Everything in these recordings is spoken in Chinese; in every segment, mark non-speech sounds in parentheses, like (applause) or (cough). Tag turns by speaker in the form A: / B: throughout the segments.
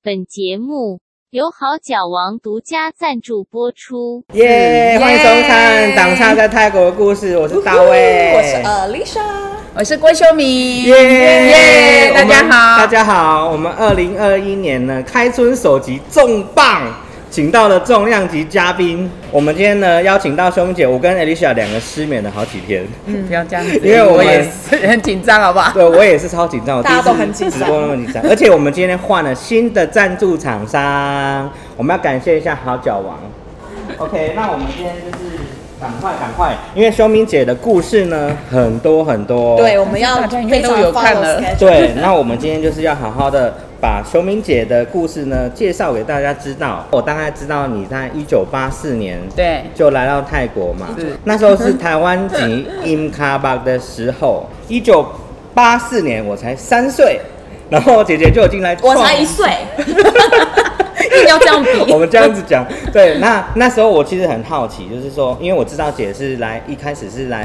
A: 本节目由好脚王独家赞助播出。
B: 耶
C: 嗯
B: 欢迎收看
C: 耶
B: 《长沙在泰国的故事》，我是大卫，
C: 我是 Alisa。
D: 我是郭秀敏，
B: 耶
D: 耶
B: 我
D: 大
B: 们
D: 家好，
B: 大家好，我们二零二一年呢开春首集重磅，请到了重量级嘉宾。我们今天呢邀请到兄姐，我跟 Alicia 两个失眠了好几天，
D: 嗯，不要这样子，
B: 因为我也
D: 是很紧张，好不
B: (laughs)
D: 好？
B: 对我也是超紧张，我第一
C: 大家
B: 次
C: 都很紧张
B: 直播那么紧张，而且我们今天换了新的赞助厂商，我们要感谢一下好脚王。OK，那我们今天就是赶快赶快，因为修明姐的故事呢很多很多，
C: 对，我们要
D: 大家应该
C: 非常
D: 都有看
C: follow
D: 了
C: schedule
B: 对，那我们今天就是要好好的把修明姐的故事呢介绍给大家知道。我大概知道你在一九八四年
D: 对，
B: 就来到泰国嘛
D: 是，
B: 那时候是台湾籍 In k a b a 的时候，一九八四年我才三岁，然后姐姐就已经来，
C: 我才一。岁，硬 (laughs) 要这样比。
B: 我们这样子讲，对，那那时候我其实很好奇，就是说，因为我知道姐是来一开始是来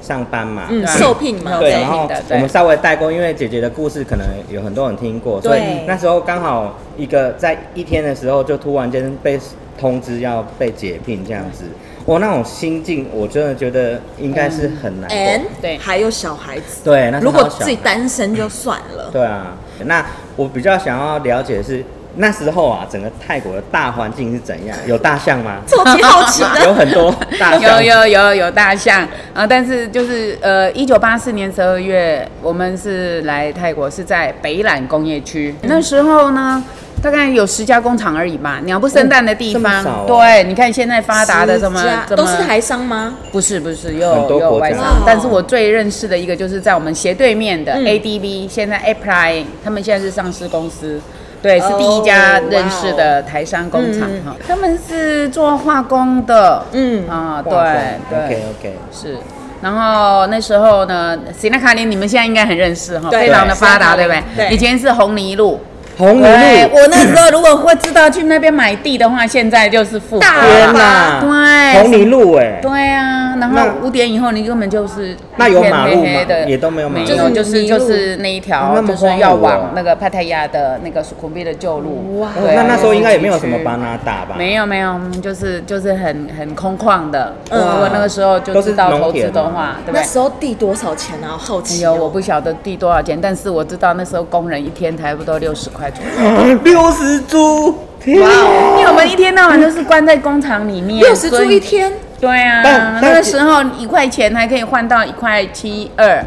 B: 上班嘛，
C: 嗯
D: 对
C: 受聘嘛啊
B: 对，
C: 受
B: 然后
D: 聘的
B: 我
D: 对
B: 们稍微带过，因为姐姐的故事可能有很多人听过，所以
C: 对
B: 那时候刚好一个在一天的时候就突然间被通知要被解聘这样子，我那种心境我真的觉得应该是很难
D: 嗯
B: 过。
C: And
D: (laughs) 对
C: 还有小孩子，
B: 对，那时
C: 如
B: 候
C: 果
B: 小孩
C: 自己单身就算了，？
B: 对啊，那我比较想要了解的是那时候啊，整个泰国的大环境是怎样？有大象吗
C: (laughs) 超级好奇
B: 有
D: (laughs)
C: 的。
B: 很多大
D: 有
B: 象，
D: 有有有大象啊、但是就是呃，一九八四年十二月，我们是来泰国，是在北榄工业区。那时候呢，大概有十家工厂而已嘛，鸟不生蛋的地
B: 这么
D: 方。
B: 少哦
D: 对，你看现在发达的这么
C: 十家
D: 这么
C: 都是台商吗？
D: 不是不是，
B: 很多
D: 有有
B: 国家
D: 外
C: 哇
D: 商，但是我最认识的一个就是在我们斜对面的
C: 哦嗯
D: ADB，、现在 Apply，他们现在是上市公司。对，是第一家
C: 哦
D: 认识的台商工厂
C: 嗯
D: 哈、他们是做化工的，
C: 嗯
D: 啊，对
B: ，OK
D: 对
B: OK，
D: 是。然后那时候呢，喜纳卡林你们现在应该很认识哈，
C: 对
D: 非常的
C: 对
D: 发达，对不
C: 对嗯
D: 对？以前是红泥路，
B: 红泥
D: 对，
B: 路，
D: 我那时候如果会知道去那边买地的话，现在就是富
C: 大
D: 豪
B: 天哪，
D: 对
B: 红泥路哎，
D: 对啊，然后
B: 那
D: 五点以后你根本就是
B: 那有马路吗
D: 一片黑黑的
B: 也都没有马路
D: 没有，就
C: 就是
D: 是
C: 迷
D: 就
C: 路
D: 是那一
B: 啊
D: 条
B: 那，么
D: 就是
B: 荒芜
D: 要
B: 哦
D: 往那个帕泰亚的那个苏库比的旧路。
C: 哇
D: 对
B: 那那时候应该也没有什么
D: 就是
B: 巴拿打吧？
D: 没有没有，嗯就是就是很很空旷的。
C: 嗯
D: 我那个时候就
B: 都是
D: 知道
B: 农
D: 投资
B: 田啊
D: 的
B: 吗
D: 话，对不
C: 那
D: 对？
C: 时候地多少钱啊？好
D: 哎
C: 奇
D: 呦，
C: 哦。
D: 我不晓得地多少钱，但是我知道那时候工人一天才不多六十块左右。
B: (laughs) 六十株，天
D: 哇哦！因为我们一天到晚都是关在工厂里面，
C: 六十
D: 所
C: 住
D: 以
C: 一天，
D: 对啊
B: 但，但
D: 那个
B: 是
D: 时候一块钱还可以换到一块七二，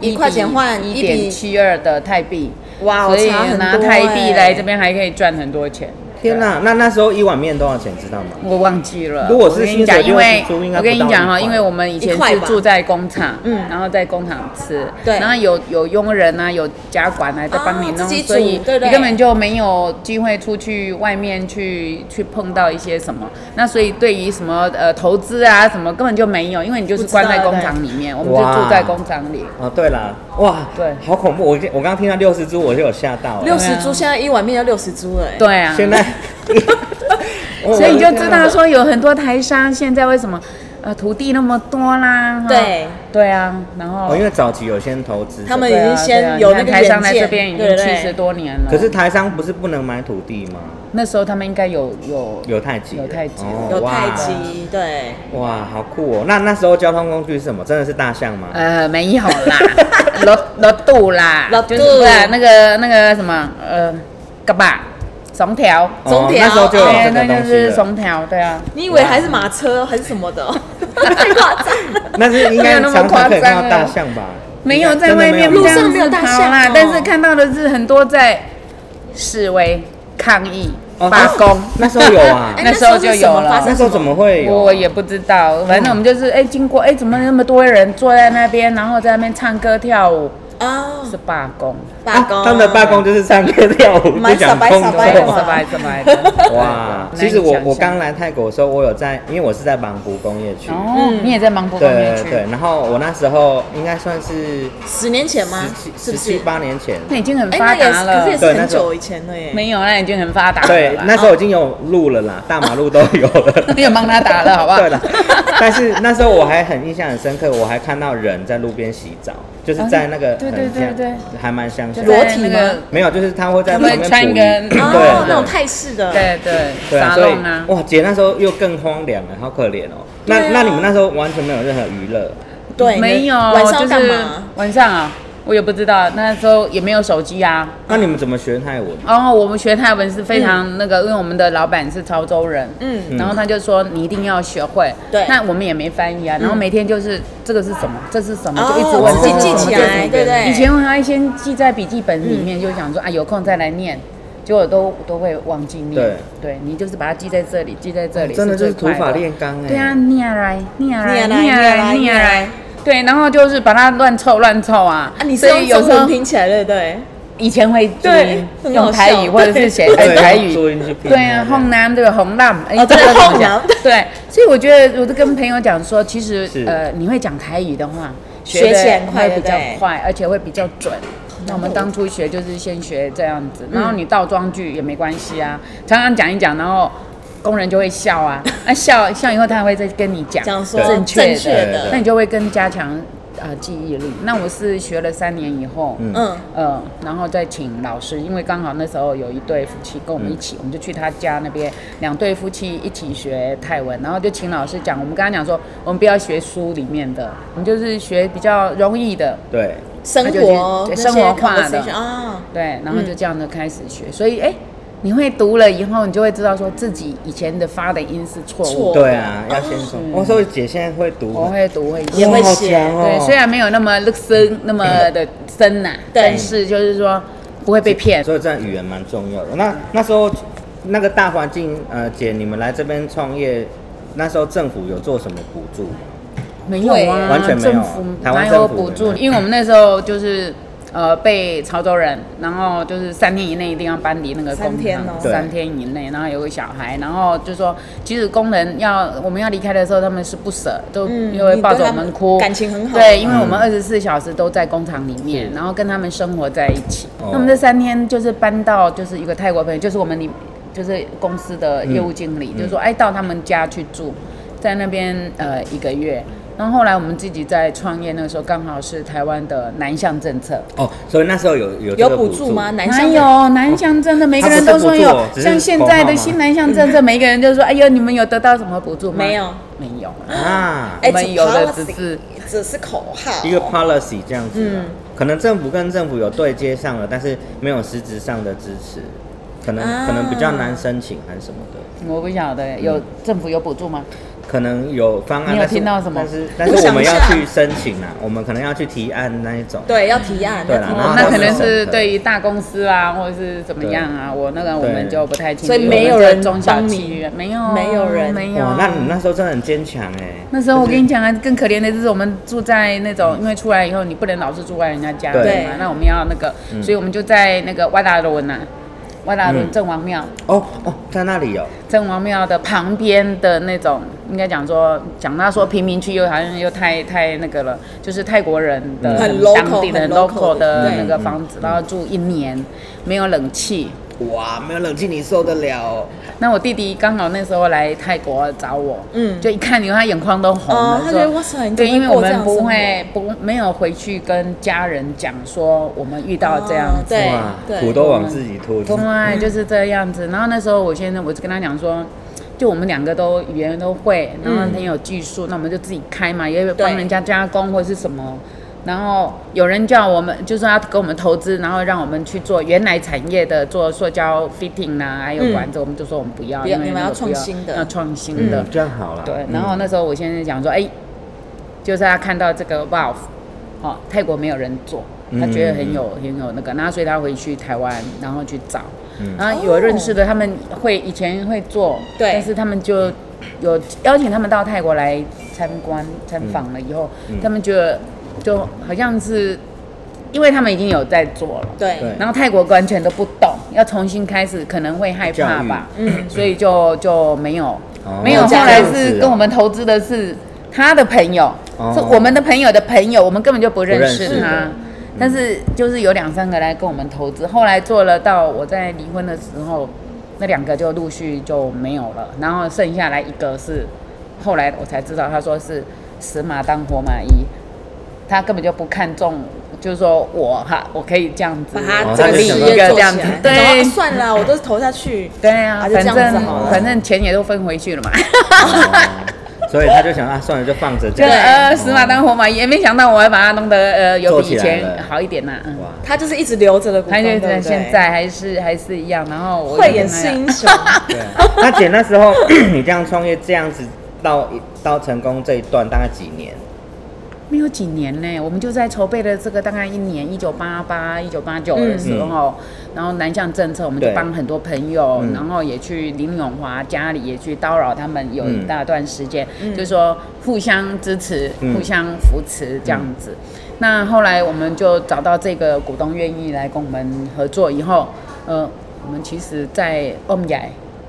C: 一块钱换一
D: 一
C: 比
D: 点七二的泰币，
C: 哇
D: 所以
C: 差很多
D: 拿泰币
C: 欸
D: 来这边还可以赚很多钱。
B: 天哪、那那时候一碗面多少钱，知道吗？
D: 我忘记了。
B: 如果是
D: 我跟
B: 薪水
D: 你讲，因为
B: 60应该
D: 我跟你讲
B: 不到一块
D: 哈，因为我们以前
C: 一块
D: 是
C: 吧
D: 住在工厂，
C: 嗯
D: 嗯，然后在工厂吃，
C: 对
D: 然后有有佣人啊，有家管啊在帮你
C: 啊
D: 弄，
C: 自己煮
D: 所以
C: 对不对
D: 你根本就没有机会出去外面去去碰到一些什么。那所以对于什么呃投资啊什么根本就没有，因为你就是
C: 不知道
D: 关在工
C: 对
D: 厂里面，我们就
B: 哇
D: 住在工厂里。
B: 哦，对啦，哇，
D: 对
B: 好恐怖！我我刚刚听到六十株，我就有吓到了。
C: 六十株，现在一碗面要六十株哎。
D: 啊对啊，
B: 现在，
D: (laughs) 所以你就知道说有很多台商现在为什么呃土地那么多啦，哈
C: 对，
D: 对啊，然后
B: 哦，因为早期有先投资，
C: 他们已
D: 对啊
C: 经
D: 对啊
C: 先有那
D: 你
C: 个
D: 看台商来
C: 远
D: 这
C: 见
D: 边已
C: 对
D: 经
C: 不对
D: 七十多年了。
B: 可是台商不是不能买土地吗？
D: 那时候他们应该有有
B: 有太极，
D: 有太极
B: 哦
C: 有太，极，对，
B: 哇哇，好酷哦！那那时候交通工具是什么？真的是大象吗？
D: 呃没有
C: (laughs)
D: 啦，罗罗杜啦，
C: 罗
D: 就是
C: 杜
D: 不是那个那个什么呃个吧，怂条。
B: 哦
C: 中铁啊
B: 那时候就有
D: 对
B: 这，
D: 那
B: 个
D: 就
B: 东
D: 是
B: 西了，
D: 怂条，对啊，
C: 你以为还是马车还是什么的哦？太夸张了。
B: 那是应该
D: 没有那么
B: 常常可以
D: 夸张
B: 看到
D: 啊
B: 大象吧？
D: 没有在
B: 真的
D: 外面
B: 没有
D: 这
C: 路
D: 样
C: 上
D: 子
C: 没有大
D: 跑
C: 象
D: 啦
C: 哦，
D: 但是看到的是很多在示威、抗议、罢
B: (laughs)
D: 工。
B: 哦那时候有
D: (laughs)
B: 啊
C: 哎，
D: 那时候
C: 是
D: 就
C: 什么
D: 有了
C: 发生
B: 那时候怎么会有？啊
D: 我也不知道，反正我们就是哎、经过哎、怎么那么多人坐在那边，然后在那边唱歌跳舞，
C: 啊？
D: 是罢工，
C: 罢工，
B: 啊他们的罢工就是唱歌跳舞，
C: 蛮
B: 不讲工作
C: 傻白傻白
B: (laughs)
C: 的
D: 什么什么的。
B: 哇！
D: 难
B: 其
D: 以
B: 实我
D: 想象
B: 我刚来泰国的时候，我有在，因为我是在芒湖工业区，
D: 哦，你也在芒果工业
B: 对
D: 区，
B: 对，然后我那时候应该算是
C: 十年前吗
B: 十七？
C: 是
B: 十
C: 不
B: 七
C: 是？
B: 八年前，
D: 那已经很
C: 哎，
D: 发
C: 那也
D: 达
C: 是，可
D: 了
C: 是也。
B: 对
C: 是
B: 那
C: 很
B: 时候
C: 久以前了耶。
D: 没有，那已经很发达了啦。
B: 对，那时候已经有路了啦，大马路都有了。
D: 没有帮他打了，好不好？
B: 对啦，但是那时候我还很印象很深刻，我还看到人在路边洗澡，就是在那个
D: 对对
B: 很像
D: 对对
B: 还蛮相像
D: 就
B: 的。
D: 在
C: 裸体
D: 那个
C: 吗
B: 没有，就是他会在
D: 他们
B: 旁边
D: 穿
B: 捕鱼
D: 一个
B: 对
C: 哦，那种
B: 对
C: 泰式的，
D: 对对，
B: 对啊，
D: 沙
B: 所
D: 龙啊
B: 以，哇，姐那时候又更荒凉了，好可怜哦。
C: 对
B: 那
C: 啊
B: 那你们那时候完全没有任何娱乐，
C: 对，
D: 没有，
C: 晚上要
D: 就
C: 干
D: 是
C: 嘛？
D: 晚上啊，我也不知道，那时候也没有手机啊。
B: 那你们怎么学泰文？
D: 然后我们学泰文是非常那个，因为我们的老板是潮州人，
C: 嗯，
D: 然后他就说你一定要学会。
C: 对嗯
D: 那我们也没翻译啊，然后每天就是这个是什么，这是什么，嗯就一直
C: 哦
D: 问
C: 自己
D: 这是
C: 记
D: 什么
C: 起
D: 这是
C: 来，嗯
D: 什么
C: 对不对？
D: 以前我还会先记在笔记本里面，就想说啊有空再来念。结果都都会忘记念，
B: 对
D: 你就是把它记在这里，记在这里，
B: 真的就是土
D: 最快
B: 法炼钢哎。
D: 对啊，，念来念啊来
C: 念来
D: 念来
C: 念
D: 念
C: 来
D: 来，对，然后就是把它乱凑乱凑啊。
C: 啊，你是
D: 所
C: 用
D: 以有
C: 中
D: 时候
C: 文拼起来对不对？
D: 以前会注
C: 对
D: 音
C: 很
D: 用
C: 好
D: 台
C: 笑
D: 语或者是
C: 对
D: 写
B: 对
D: 对台语，
B: 注音去拼
D: 对啊，
B: 它
D: 红南对红浪，哎
C: 哦
D: 这
C: 对
D: 个怎么
C: 红
D: 讲
C: 南？
D: 对，所以我觉得我就跟朋友讲说，其实
B: 是
D: 呃，你会讲台语的话，
C: 学
D: 得
C: 起来快
D: 会比
C: 对不哦
D: 较
C: 对
D: 快，而且会比较准。那我们当初学就是先学这样子，
C: 嗯
D: 然后你倒装句也没关系啊，常常讲一讲，然后工人就会笑
C: (laughs)
D: 啊，那笑笑以后他会再跟你讲
C: 讲说
D: 正确
C: 正确
B: 对
C: 的，
D: 那你就会更加强呃记忆力。那我是学了三年以后，
B: 嗯
C: 嗯，
D: 呃，然后再请老师，因为刚好那时候有一对夫妻跟我们一起，我们就去他家那边，两对夫妻一起学泰文，然后就请老师讲，我们跟他讲说，我们不要学书里面的，我们就是学比较容易的，
B: 对，
C: 生
D: 那就
C: 活
D: 是对
C: 那些
D: 生活化的
C: conversation，啊，
D: 对，然后就这样的开始
C: 嗯
D: 学，所以哎。你会读了以后，你就会知道说自己以前的发的音是错误
C: 错
D: 的。
B: 对啊，要先从。哇，所以姐现在会读
D: 哦我
B: 吗，
D: 会读会
C: 也
D: 写
B: 哇，
C: 会
B: 好
C: 写
B: 强哦
D: 对，虽然没有那么深那么的深呐、
C: 对
D: 但是就是说不会被骗。
B: 所以这样语言蛮重要的。那那时候那个大环境，呃，姐你们来这边创业，那时候政府有做什么补助吗？
D: 没有
C: 对
D: 啊，
B: 完全没有
D: 政府
B: 台湾
D: 哪
B: 政
D: 有
B: 府
D: 补助？
B: 没有
D: 因为我们那时候就是呃被潮州人，然后就是三天以内一定要搬离那个工厂，
C: 三天哦
B: 对
D: 三天以内，然后有个小孩，然后就说即使工人要我们要离开的时候，他们是不舍，都
C: 嗯
D: 因为抱着我们哭，
C: 你对他们感情很好
D: 对，因为我
B: 嗯
D: 们二十四小时都在工厂里面，然后跟他们生活在一起。
B: 哦
D: 那我们这三天就是搬到就是一个泰国朋友，就是我们里就是公司的业务经理，
B: 嗯
D: 就说哎到他们家去住，在那边呃一个月。然后后来我们自己在创业，那个时候刚好是台湾的南向政策，
B: 哦，所以那时候有有这
C: 有
B: 个
C: 补助吗？男
D: 哪
C: 生
D: 有南向政策？每个人都
B: 哦它
D: 说
B: 不是
D: 有
B: 补，助只是
D: 像现在
B: 口号
D: 的
B: 吗嗯
D: 新南向政策，每一个人就说：“哎呦，你们有得到什么补助吗？”
C: 没有，
D: 没有。
B: 啊？
C: 哎
D: 我们有的只
C: policy
D: 是
C: 只是口号，
B: 一个 policy 这样子、啊，
C: 嗯
B: 可能政府跟政府有对接上了，但是没有实质上的支持，可能、
C: 啊
B: 可能比较难申请还是什么的，
D: 我不晓得
B: 嗯
D: 有政府有补助吗？
B: 可能有方案，
D: 你有
B: 但是
D: 听到什么
B: 但是但是我们要
C: 我想一下
B: 去申请啊，我们可能要去提案那一种，
C: 对，要提案，
B: 对
C: 要
B: 啦
C: 提
B: 然后
C: 案
D: 那
B: 它
D: 可
B: 是
D: 能
B: 审
D: 是
B: 核
D: 对于大公司啊，或者是怎么样啊，我那个我们
B: 对
D: 就不太清楚。
C: 所以没有
D: 我们是
C: 人
D: 中小
C: 帮你
D: 企业，没有，
C: 没有人
D: 没有
B: 哇，。那你那时候真的很坚强哎，
D: 啊那时候我跟你讲啊，更可怜的就是我们住在那种，因为出来以后你不能老是住在人家家
B: 对
D: 里嘛，那我们要那个，所以我们就在那个瓦达伦呐，瓦达伦
B: 嗯
D: 郑王庙，
B: 哦哦，在那里哦，
D: 郑王庙的旁边的那种，应该讲说，讲他说贫民区又好像又太太那个了，就是泰国人的、
B: 嗯
C: 很 local，
D: 当地的
C: 很
D: local 的
B: 对
D: 那个房子，然后住一年，没有冷气。
B: 哇，没有冷气你受得了哦、
D: 那我弟弟刚好那时候来泰国找我，
C: 嗯
D: 就一看你，他眼眶都红了，
C: 哦他觉得
D: 说
C: 哇塞你怎
D: 对，
C: 么
D: 因为
C: 会
D: 我
C: 过这
D: 们
C: 样的
D: 不
C: 生
D: 会不没有回去跟家人讲说我们遇到这样
C: 哦
D: 子，
C: 对
B: 哇，苦
C: 对，
B: 都往自己吐，嗯
D: 对， (laughs) 就是这样子。然后那时候我先生，我就跟他讲说，就我们两个都语言都会，然后很有技术，那我们就自己开嘛，也有帮人家加工或是什么。然后有人叫我们，就说要给我们投资，然后让我们去做原来产业的，做塑胶 fitting 啊，还有管子，我们就说我们不要，
C: 不
D: 因
C: 要
D: 为
C: 你们
D: 那
C: 要
D: 个不
C: 创新的
D: 要创新的
B: 嗯，。这样好了，
D: 对，
B: 嗯
D: 然后那时候我先生讲说，哎、就是他看到这个 Valve，哦，泰国没有人做，他觉得很有、很有那个，然后所以他回去台湾，然后去找，然后有认识的，他们会以前会做，
C: 对
D: 但是他们就有邀请他们到泰国来参观参访了以后，他们觉得就好像是，因为他们已经有在做了。
B: 对
C: 对，
D: 然后泰国完全都不懂，要重新开始可能会害怕吧，
B: 教
D: 嗯，所以就就没有、
B: 哦
D: 没有。
C: 这
D: 后
C: 样
D: 来
B: 子
D: 是
B: 哦
D: 跟我们投资的是他的朋友，
B: 哦
D: 是我们的朋友的朋友，我们根本就不认
B: 不认识
D: 识
B: 的嗯
D: 他。但是就是有两三个来跟我们投资，后来做了到我在离婚的时候，那两个就陆续就没有了，然后剩下来一个是，后来我才知道他说是死马当活马医，他根本就不看重，就是说我哈，我可以这样子，
C: 把
B: 哦
C: 它
B: 他就
C: 这个啊
D: 立
C: 事
B: 想
D: 一
B: 到
C: 业
D: 个这
C: 做
D: 样
C: 起
D: 子
C: 来，，
D: 对
C: 然后。算了，我都投下去，
D: 对啊，
C: 啊就
D: 反
C: 这样子
D: 正
C: 好了
D: 反正钱也都分回去了嘛，
B: (laughs) 所以他就想啊，算了，就放着这
D: 就
B: 样。
D: 呃死马当活马，也没想到我还把它弄得呃有
B: 做
D: 比
B: 起
D: 以
B: 来
D: 前
B: 了
D: 好一点呐、嗯，
B: 哇，
C: 他就是一直留着的股
D: 他
C: 东，对
D: 就
C: 不对？
D: 现在还是还是一样，然后我
C: 慧
D: 就跟
C: 眼
D: 他
C: 识
D: (laughs)
C: 英雄，
B: 对啊。那姐那时候 (clears throat) 你这样创业，这样子到到成功这一段大概几年？
D: 没有几年呢，我们就在筹备了这个大概一年，一九八八、一九八九的时候，然后南向政策，我们就
B: 嗯对
D: 帮很多朋友，
B: 嗯
D: 然后也去林永华家里也去叨扰他们，有
B: 嗯
D: 一大段时间，就说互相支持、
B: 嗯
D: 互相扶持这样子。那后来我们就找到这个股东愿意来跟我们合作以后，呃，我们其实，在欧米亚。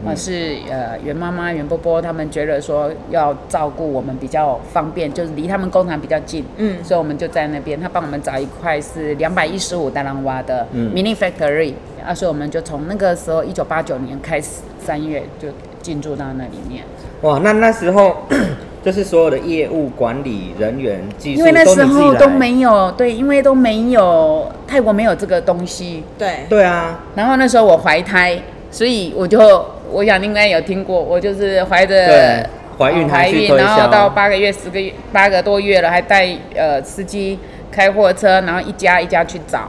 D: 啊，
B: 嗯
D: 是呃，袁妈妈、袁波波他们觉得说要照顾我们比较方便，就是离他们工厂比较近，
C: 嗯
D: 所以我们就在那边，他帮我们找一块是两百一十五大浪蛙的
B: 嗯
D: mini factory，、啊，所以我们就从那个时候一九八九年开始，三月就进驻到那里面，
B: 哇，那那时候 (clears throat) 就是所有的业务管理人员、技术，
D: 因为那
B: 都
D: 时
B: 你自己
D: 候
B: 来
D: 都。没有对，因为都没有泰国没有这个东西，
C: 对，
B: 对啊，
D: 然后那时候我怀胎，所以我就我想你应该有听过，我就是怀着
B: 对怀孕
D: 呃
B: 还
D: 怀
B: 去
D: 孕，
B: 推
D: 然
B: 销
D: 后到八个月、十个月、八个多月了，还带呃司机开货车，然后一家一家去找，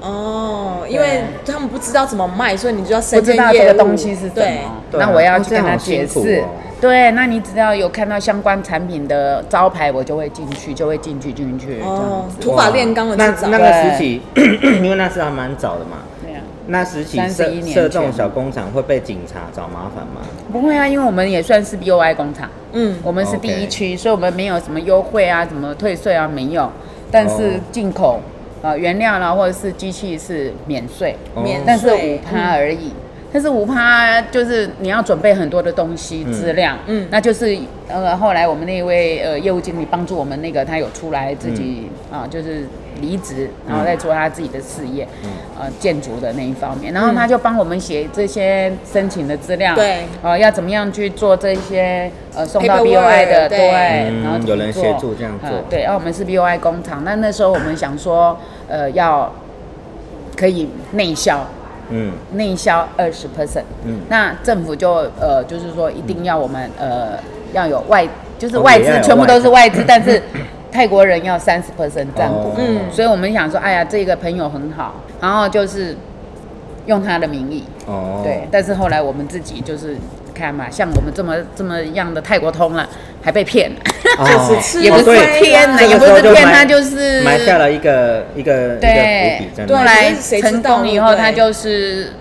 C: 哦，因为他们不知道怎么卖，所以你就要
D: 不
C: 身
D: 知
C: 兼
D: 道这
C: 业
D: 个
C: 务，
D: 东西是什
C: 对，
D: 么，
B: 对
D: 那
B: 啊
D: 我要
B: 哦
D: 去
B: 这
D: 跟
B: 样
D: 他
B: 好
D: 解
B: 辛苦
D: 释
B: 哦。
D: 对，那你只要有看到相关产品的招牌，我就会进去，就会进去，进去这样
C: 哦
D: 子，。
C: 土法炼钢的
B: 那
C: 去找
B: 那，个时期， (clears throat) 因为那时候还蛮早的嘛。
C: 哦
D: 对啊，
B: 那时期
D: 31
B: 设
D: 年前
B: 设这种小工厂会被警察找麻烦吗？
D: 不会啊，因为我们也算是 BOI 工厂。
C: 嗯，
D: 我们是
B: OK
D: 第一区所以我们没有什么优惠啊，什么退税啊，没有。但
B: 哦
D: 是进口啊、呃原料啦，或者是机器是免税，
B: 哦
C: 免
D: 但是五
C: 税
D: 趴而已。但是五趴就是你要准备很多的东西
B: 嗯
D: 资料，
C: 嗯
D: 那就是呃后来我们那一位呃业务经理帮助我们那个他有出来自己啊、就是离职，然后再做他自己的事业，呃建筑的那一方
C: 嗯
D: 面，然后他就帮我们写这些申请的资料，
C: 对
D: 呃要怎么样去做这些呃送到
C: Paperwork，
D: BOI 的，
C: 对
B: 嗯
D: 然后怎么
B: 有人
D: 做
B: 协助这样做
D: 呃对，然后我们是 BOI 工厂，那那时候我们想说呃要可以内销。
B: 嗯
D: 内销二十 percent，
B: 嗯
D: 那政府就呃，就是说一定要我们呃要有外，就是
B: 哦
D: 外
B: 也要
D: 资
B: 有
D: 全部
B: 外
D: 都是
B: 资
D: 外资，但是泰国人要三十 percent 占
B: 哦
D: 股，
C: 嗯
D: 所以我们想说，哎呀，这个朋友很好，然后就是用他的名义，
B: 哦，
D: 对，但是后来我们自己就是看嘛，像我们这么这么样的泰国通了，还被骗了，
B: 哦，
C: 就是吃
D: 也不是
C: 亏
B: 对
C: 啊
D: 骗了，
B: 这
D: 也
B: 个
D: 不
B: 时候
D: 是
B: 就
D: 骗
B: 埋
D: 他，就是
B: 埋下了一个一个一个伏笔在
D: 后
B: 那里。
D: 来
C: 对谁
D: 成
C: 知道
D: 功以
C: 对不
D: 后，
C: 对
D: 他就是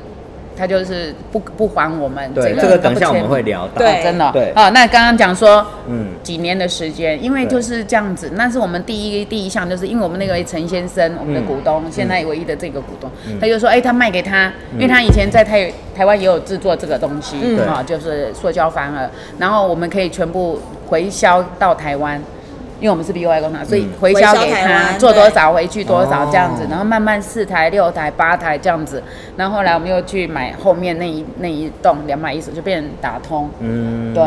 D: 他就是不不还我们。
B: 对，这
D: 他
B: 个
D: 不
B: 等一下我
D: 签
B: 们会聊到。
C: 对
D: 哦真的哦
B: 对
D: 哦。那刚刚讲说
B: 嗯，
D: 几年的时间，因为
B: 对
D: 就是这样子。那是我们第一第一项，就是因为我们那个陈先生，我们的股
B: 嗯
D: 东，现在唯一的这个股东，他就说，哎，他卖给他，因为他以前在台台湾也有制作这个东西
C: 嗯，
D: 啊，就是塑胶帆饵，然后我们可以全部回销到台湾。因为我们是 BOI 工厂，所以
B: 嗯
D: 回销给
C: 回销台
D: 他
C: 湾
D: 做
C: 对
D: 多少回去多少这样子
B: 哦，
D: 然后慢慢四台、六台、八台这样子，然后后来我们又去买后面那一那一栋两百一十，就变成打通，
B: 嗯，
D: 对，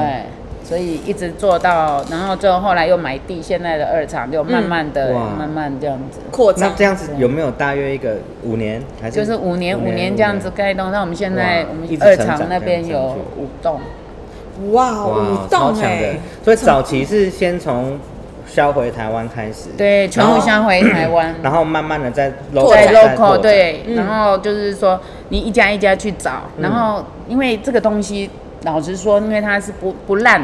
D: 所以一直做到，然后最后后来又买地，现在的二厂就慢慢的、
B: 嗯哇
D: 慢慢这样子，
C: 扩
B: 那
C: 张
B: 这，样子有没有大约一个五年还是？
D: 就是五年五年这样子。盖动。那我们现在
B: 哇
D: 我
B: 一
D: 们
B: 直
D: 二
B: 成
D: 厂
B: 长
D: 那
B: 这样
D: 边
B: 上
D: 有
B: 去
D: 五栋，
C: 哇，
B: 哇
C: 舞，
B: 超
C: 动
B: 强的
C: 哎，！
B: 所以早期是先从销回台湾开始，，
D: 对，全部销回台湾。
B: 然后慢慢的在
D: 在
B: local 再拓
D: local
B: 展，
D: 对，
C: 嗯
D: 然后就是说你一家一家去找，
B: 嗯
D: 然后因为这个东西，老实说，因为它是不不烂，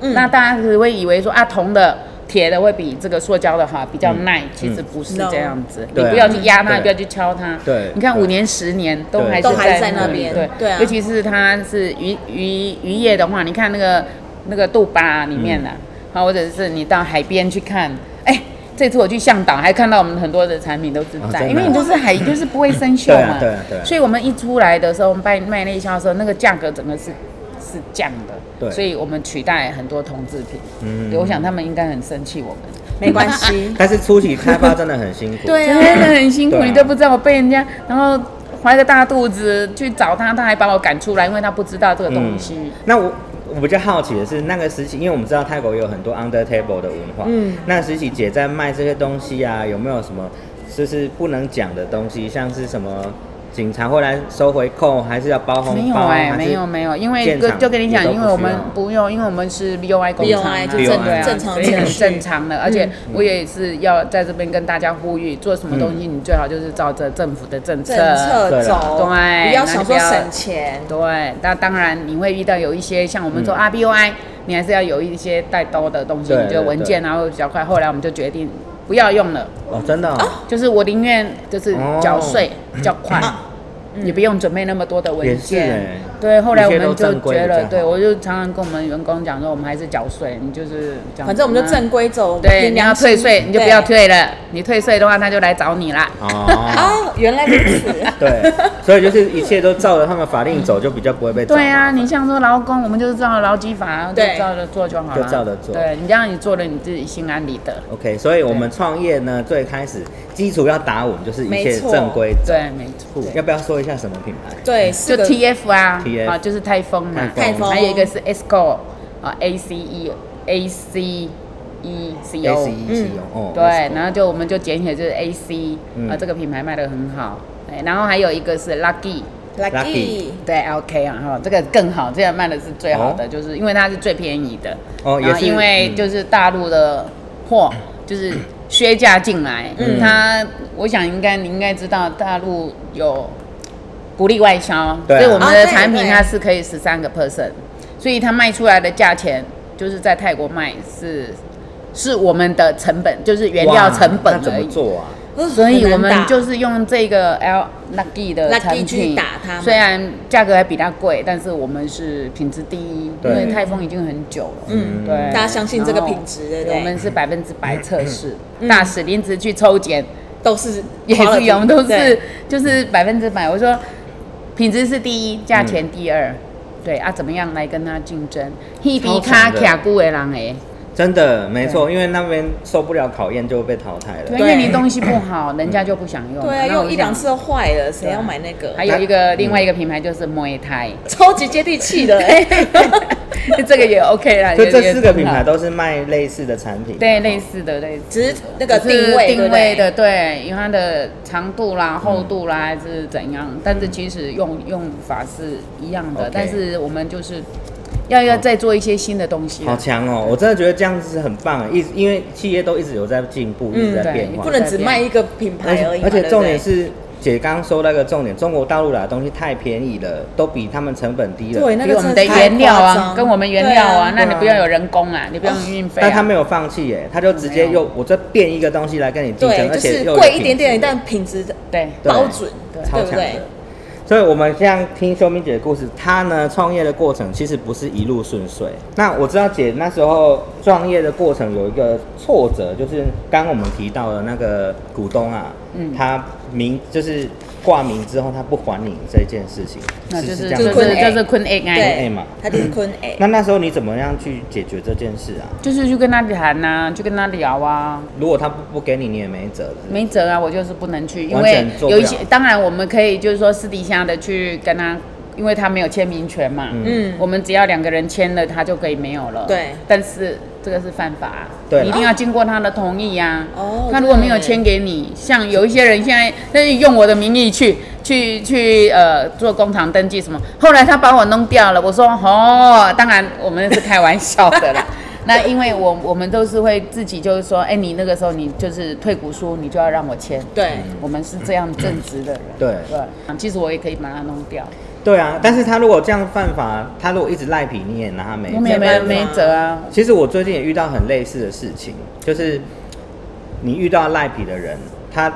C: 嗯
D: 那大家只会以为说啊铜的。铁的会比这个塑胶的好，比较耐，其实不是
C: No
D: 这样子。
B: 对
D: 你
B: 啊
D: 不要去压它，
B: 嗯对
D: 不要去敲它。
B: 对
D: 你看
B: 对
D: 五年、十年都
B: 对
D: 还是
B: 都还
C: 在那
D: 里
C: 边
D: 对
C: 对啊
D: 尤其是它是渔渔渔业的话，你看那个那个杜巴里面的、
B: 嗯
D: 好、或者是你到海边去看，哎、这次我去向导还看到我们很多的产品都是
B: 啊
D: 在，
B: 真的
D: 因为你就是海，就是不会生锈
B: (laughs) 对啊
D: 嘛，
B: 对啊对啊
D: 所以我们一出来的时候，我们卖卖内销的时候，那个价格整个是是降的，
B: 嗯对
D: 所以我们取代很多同制品，
B: 嗯，
D: 对我想他们应该很生气我们，
C: 没关
B: (laughs)
C: 系
B: 但是初期开发真的很辛
D: (laughs)
B: 苦，
C: 对
D: 真的
C: 啊，
D: 很辛苦，
B: 对啊
D: 你都不知道我被人家，然后怀着大肚子去找他，他还把我赶出来，因为他不知道这个东西。
B: 嗯那我我比较好奇的是，那个时期，因为我们知道泰国有很多 under table 的文化，嗯，那时期姐在卖这些东西啊，有没有什么就是不能讲的东西，像是什么警察会来收回扣，还是要包
D: 没
B: 红
D: 有
B: 包，还
D: 哎、
B: 是
D: 没有没有，因为
B: 现
D: 跟
B: 场
D: 就跟你讲，
B: 也都
D: 因为我们
B: 需要
D: 不用，因为我们是 B O I 工厂啊、
C: BOI 就
D: 对啊
B: 正
D: 所
C: 正
D: 以
C: 常
D: 很
C: 程序
D: 正常的。而
B: 嗯
D: 且我也是要在这边跟大家呼吁，做什么东西
B: 嗯
D: 你最好就是照着政府的政策。
C: 政策走，
D: 对
C: 不要想说
D: 那就不要
C: 省钱，
D: 对，那当然你会遇到有一些像我们
B: 嗯
D: 做 R B O I，、你还是要有一些带刀的东西，
B: 对
D: 你就文件然后比较快。后来我们就决定不要用了，
B: 哦，真的、哦，
D: 就是我宁愿就是
B: 哦
D: 缴税比较快。
C: 啊
D: 嗯也不用准备那么多的
B: 嗯也
D: 文
B: 是
D: 件，
B: 欸
D: 对。后来
B: 一
D: 我
B: 切都
D: 们就
B: 正规
D: 觉
B: 比较
D: 得，
B: 好
D: 对我就常常跟我们员工讲说，我们还是缴税，你就是讲
C: 反正我们就
D: 什么
C: 正规
D: 嗯
C: 走，
D: 对，
C: 凭
D: 你要
C: 良心
D: 退税你就不要。
C: 对
D: 退了，你退税的话他就来找你啦。
B: 哦，
D: 啊
C: 哦，原来如此， (laughs)
B: 对， (laughs) 所以就是一切都照着他们法令走，就比较不会被抓
D: 对啊，你像说劳工，我们就是照劳基法，就
C: 对
D: 照着做就好
B: 就
D: 了，
B: 照着做
D: 对你这样你做了，你自己心安理得。
B: OK，所以我们创业呢，最开始基础要打稳，就是一切
C: 没错
B: 正规走。
D: 对，没错，
B: 要不要说一下什么品牌？
C: 对，
D: 就是
C: 个
D: TF 啊
B: TF
D: 啊，就是泰丰嘛，
B: 泰
C: 丰
D: 还有一个是 ESCO 啊，A C E A C E C
B: A
D: O，
B: C E C 哦，
D: 嗯对，
B: 哦
D: 然后就我们就简写就是 A C
B: 嗯
D: 啊，这个品牌卖的很好，哎，然后还有一个是 Lucky。
B: Lucky
C: lucky，
D: 对，OK 啊，哈，这个更好，这个卖的是最好的，
B: 哦
D: 就是因为它是最便宜的。
B: 哦也
D: 然后
B: 是
D: 因为
B: 嗯
D: 就是大陆的货就是削价进来，嗯，它我想应该你应该知道，大陆有鼓励外销，
B: 对啊
D: 所以我们的
C: 哦对
D: 产品
C: 对
D: 它是可以十三个 percent，所以它卖出来的价钱就是在泰国卖是是我们的成本，就是原料
B: 哇
D: 成本
B: 那怎
D: 而
B: 么
D: 已。
B: 做啊？
C: 呃
D: 所以我
C: 很难
D: 们
C: 打
D: 就是用这个 L Lucky 的
C: Lucky
D: 产品
C: 去打他们
D: 虽然价格还比它贵，但是我们是品质第一，因
B: 对
D: 为泰丰已经很久了，嗯，对，
C: 大家相信这个品质对
D: 然
C: 不
D: 后
C: 对嗯
D: 我们是百分之百测试，大使林子去抽检
C: 都是
D: 也是
C: quality，
D: 有，我们都是
C: 对
D: 就是百分之百。我说品质是第一，价钱第二，对啊，怎么样来跟他竞争？一比卡
B: 强的
D: 卡固为狼哎。
B: 真的没错，因为那边受不了考验就会被淘汰
D: 对，
B: 了。
D: 因为你东西不好，人家就不想用。
C: 对啊，
D: 那我
C: 用一
D: 想
C: 两次就坏了，谁要买那个？
D: 啊还有一个另外一个品牌
B: 哎
D: 就是莫耶泰，
C: (laughs) 超级接地气的，欸
D: 这个也 OK 啦。
B: 所以 (laughs)
D: 也
B: 这四个品牌，
D: 也很好
B: 都是卖类似的产品。
D: 对类似的类似。
C: 只是那个
D: 是
C: 定位，对
D: 定
C: 不
D: 位
C: 对
D: 的对，因为它的长度啦、厚度啦还是怎样，但是其实用用法是一样的
B: OK
D: 但是我们就是要要再做一些新的东西啦
B: 好强哦！我真的觉得这样子很棒，啊一直因为企业都一直有在进步，一直在
D: 对
B: 变
D: 你
B: 化
C: 嗯不。能只卖一个品
B: 而
C: 牌
B: 且
C: 而已嘛，
B: 而且
C: 对不对
B: 重点是，姐刚刚说那个重点，中国大陆来的东西太便宜了，都比他们成本低了。
C: 对那
D: 比
C: 个
D: 我
C: 真
D: 们
C: 是
D: 的
C: 太
D: 原料
C: 夸
D: 啊，
C: 张
D: 跟我们原料啊，
C: 对哦
D: 那你不用有人工啊，你不用运费、啊。
B: 但他没有放弃耶，他就直接又我这变一个东西来跟你竞争，
C: 对，
B: 而
C: 就
B: 且
C: 是
B: 又有
C: 贵一
B: 品
C: 点点，
B: 质
C: 但品质
D: 对
B: 对
C: 包准，
D: 对
B: 超
C: 对不
B: 强
C: 对
B: 的？。所以，我们像听修明姐的故事，她呢创业的过程其实不是一路顺遂。那我知道姐那时候创业的过程有一个挫折，就是刚刚我们提到的那个股东啊，
D: 嗯
B: 他名就是挂名之后他不还你这件事情，
D: 那就是是
B: 这
D: 就
B: 样子
D: 是
C: 就昆
B: 吗
C: A
D: 就是坤 A 哎。
B: A
C: 对
B: 嘛，
C: 它就是坤 A，
B: 那那时候你怎么样去解决这件事啊？
D: 就是去跟他谈呐、啊，去跟他聊啊，
B: 如果他不不给你，你也没辙了。
D: 没辙啊，我就是不能去，因
B: 完
D: 为
B: 全做不
D: 有一
B: 了
D: 些，当然我们可以就是说私底下的去跟他，因为他没有签名权嘛，嗯，我们只要两个人签了，他就可以没有了，
C: 对
D: 但是这个是犯法、
B: 对啦
D: 你一定要经过他的同意呀、
C: 哦
D: 那如果没有签给你，像有一些人现在，但是用我的名义去去去呃做工厂登记什么，后来他把我弄掉了，我说哦，当然我们是开玩笑的
C: (laughs)
D: 啦。那因为我我们都是会自己就是说，哎、你那个时候你就是退股书，你就要让我签。
C: 对，
D: 我们是这样正直的人。
B: 对
D: 对，其实我也可以把它弄掉，
B: 对啊，但是他如果这样犯法，他如果一直赖皮，你也拿他没
D: 我
B: 辙。
D: 们也
C: 没
D: 没
C: 办法
D: 没辙啊。
B: 其实我最近也遇到很类似的事情，就是你遇到赖皮的人，他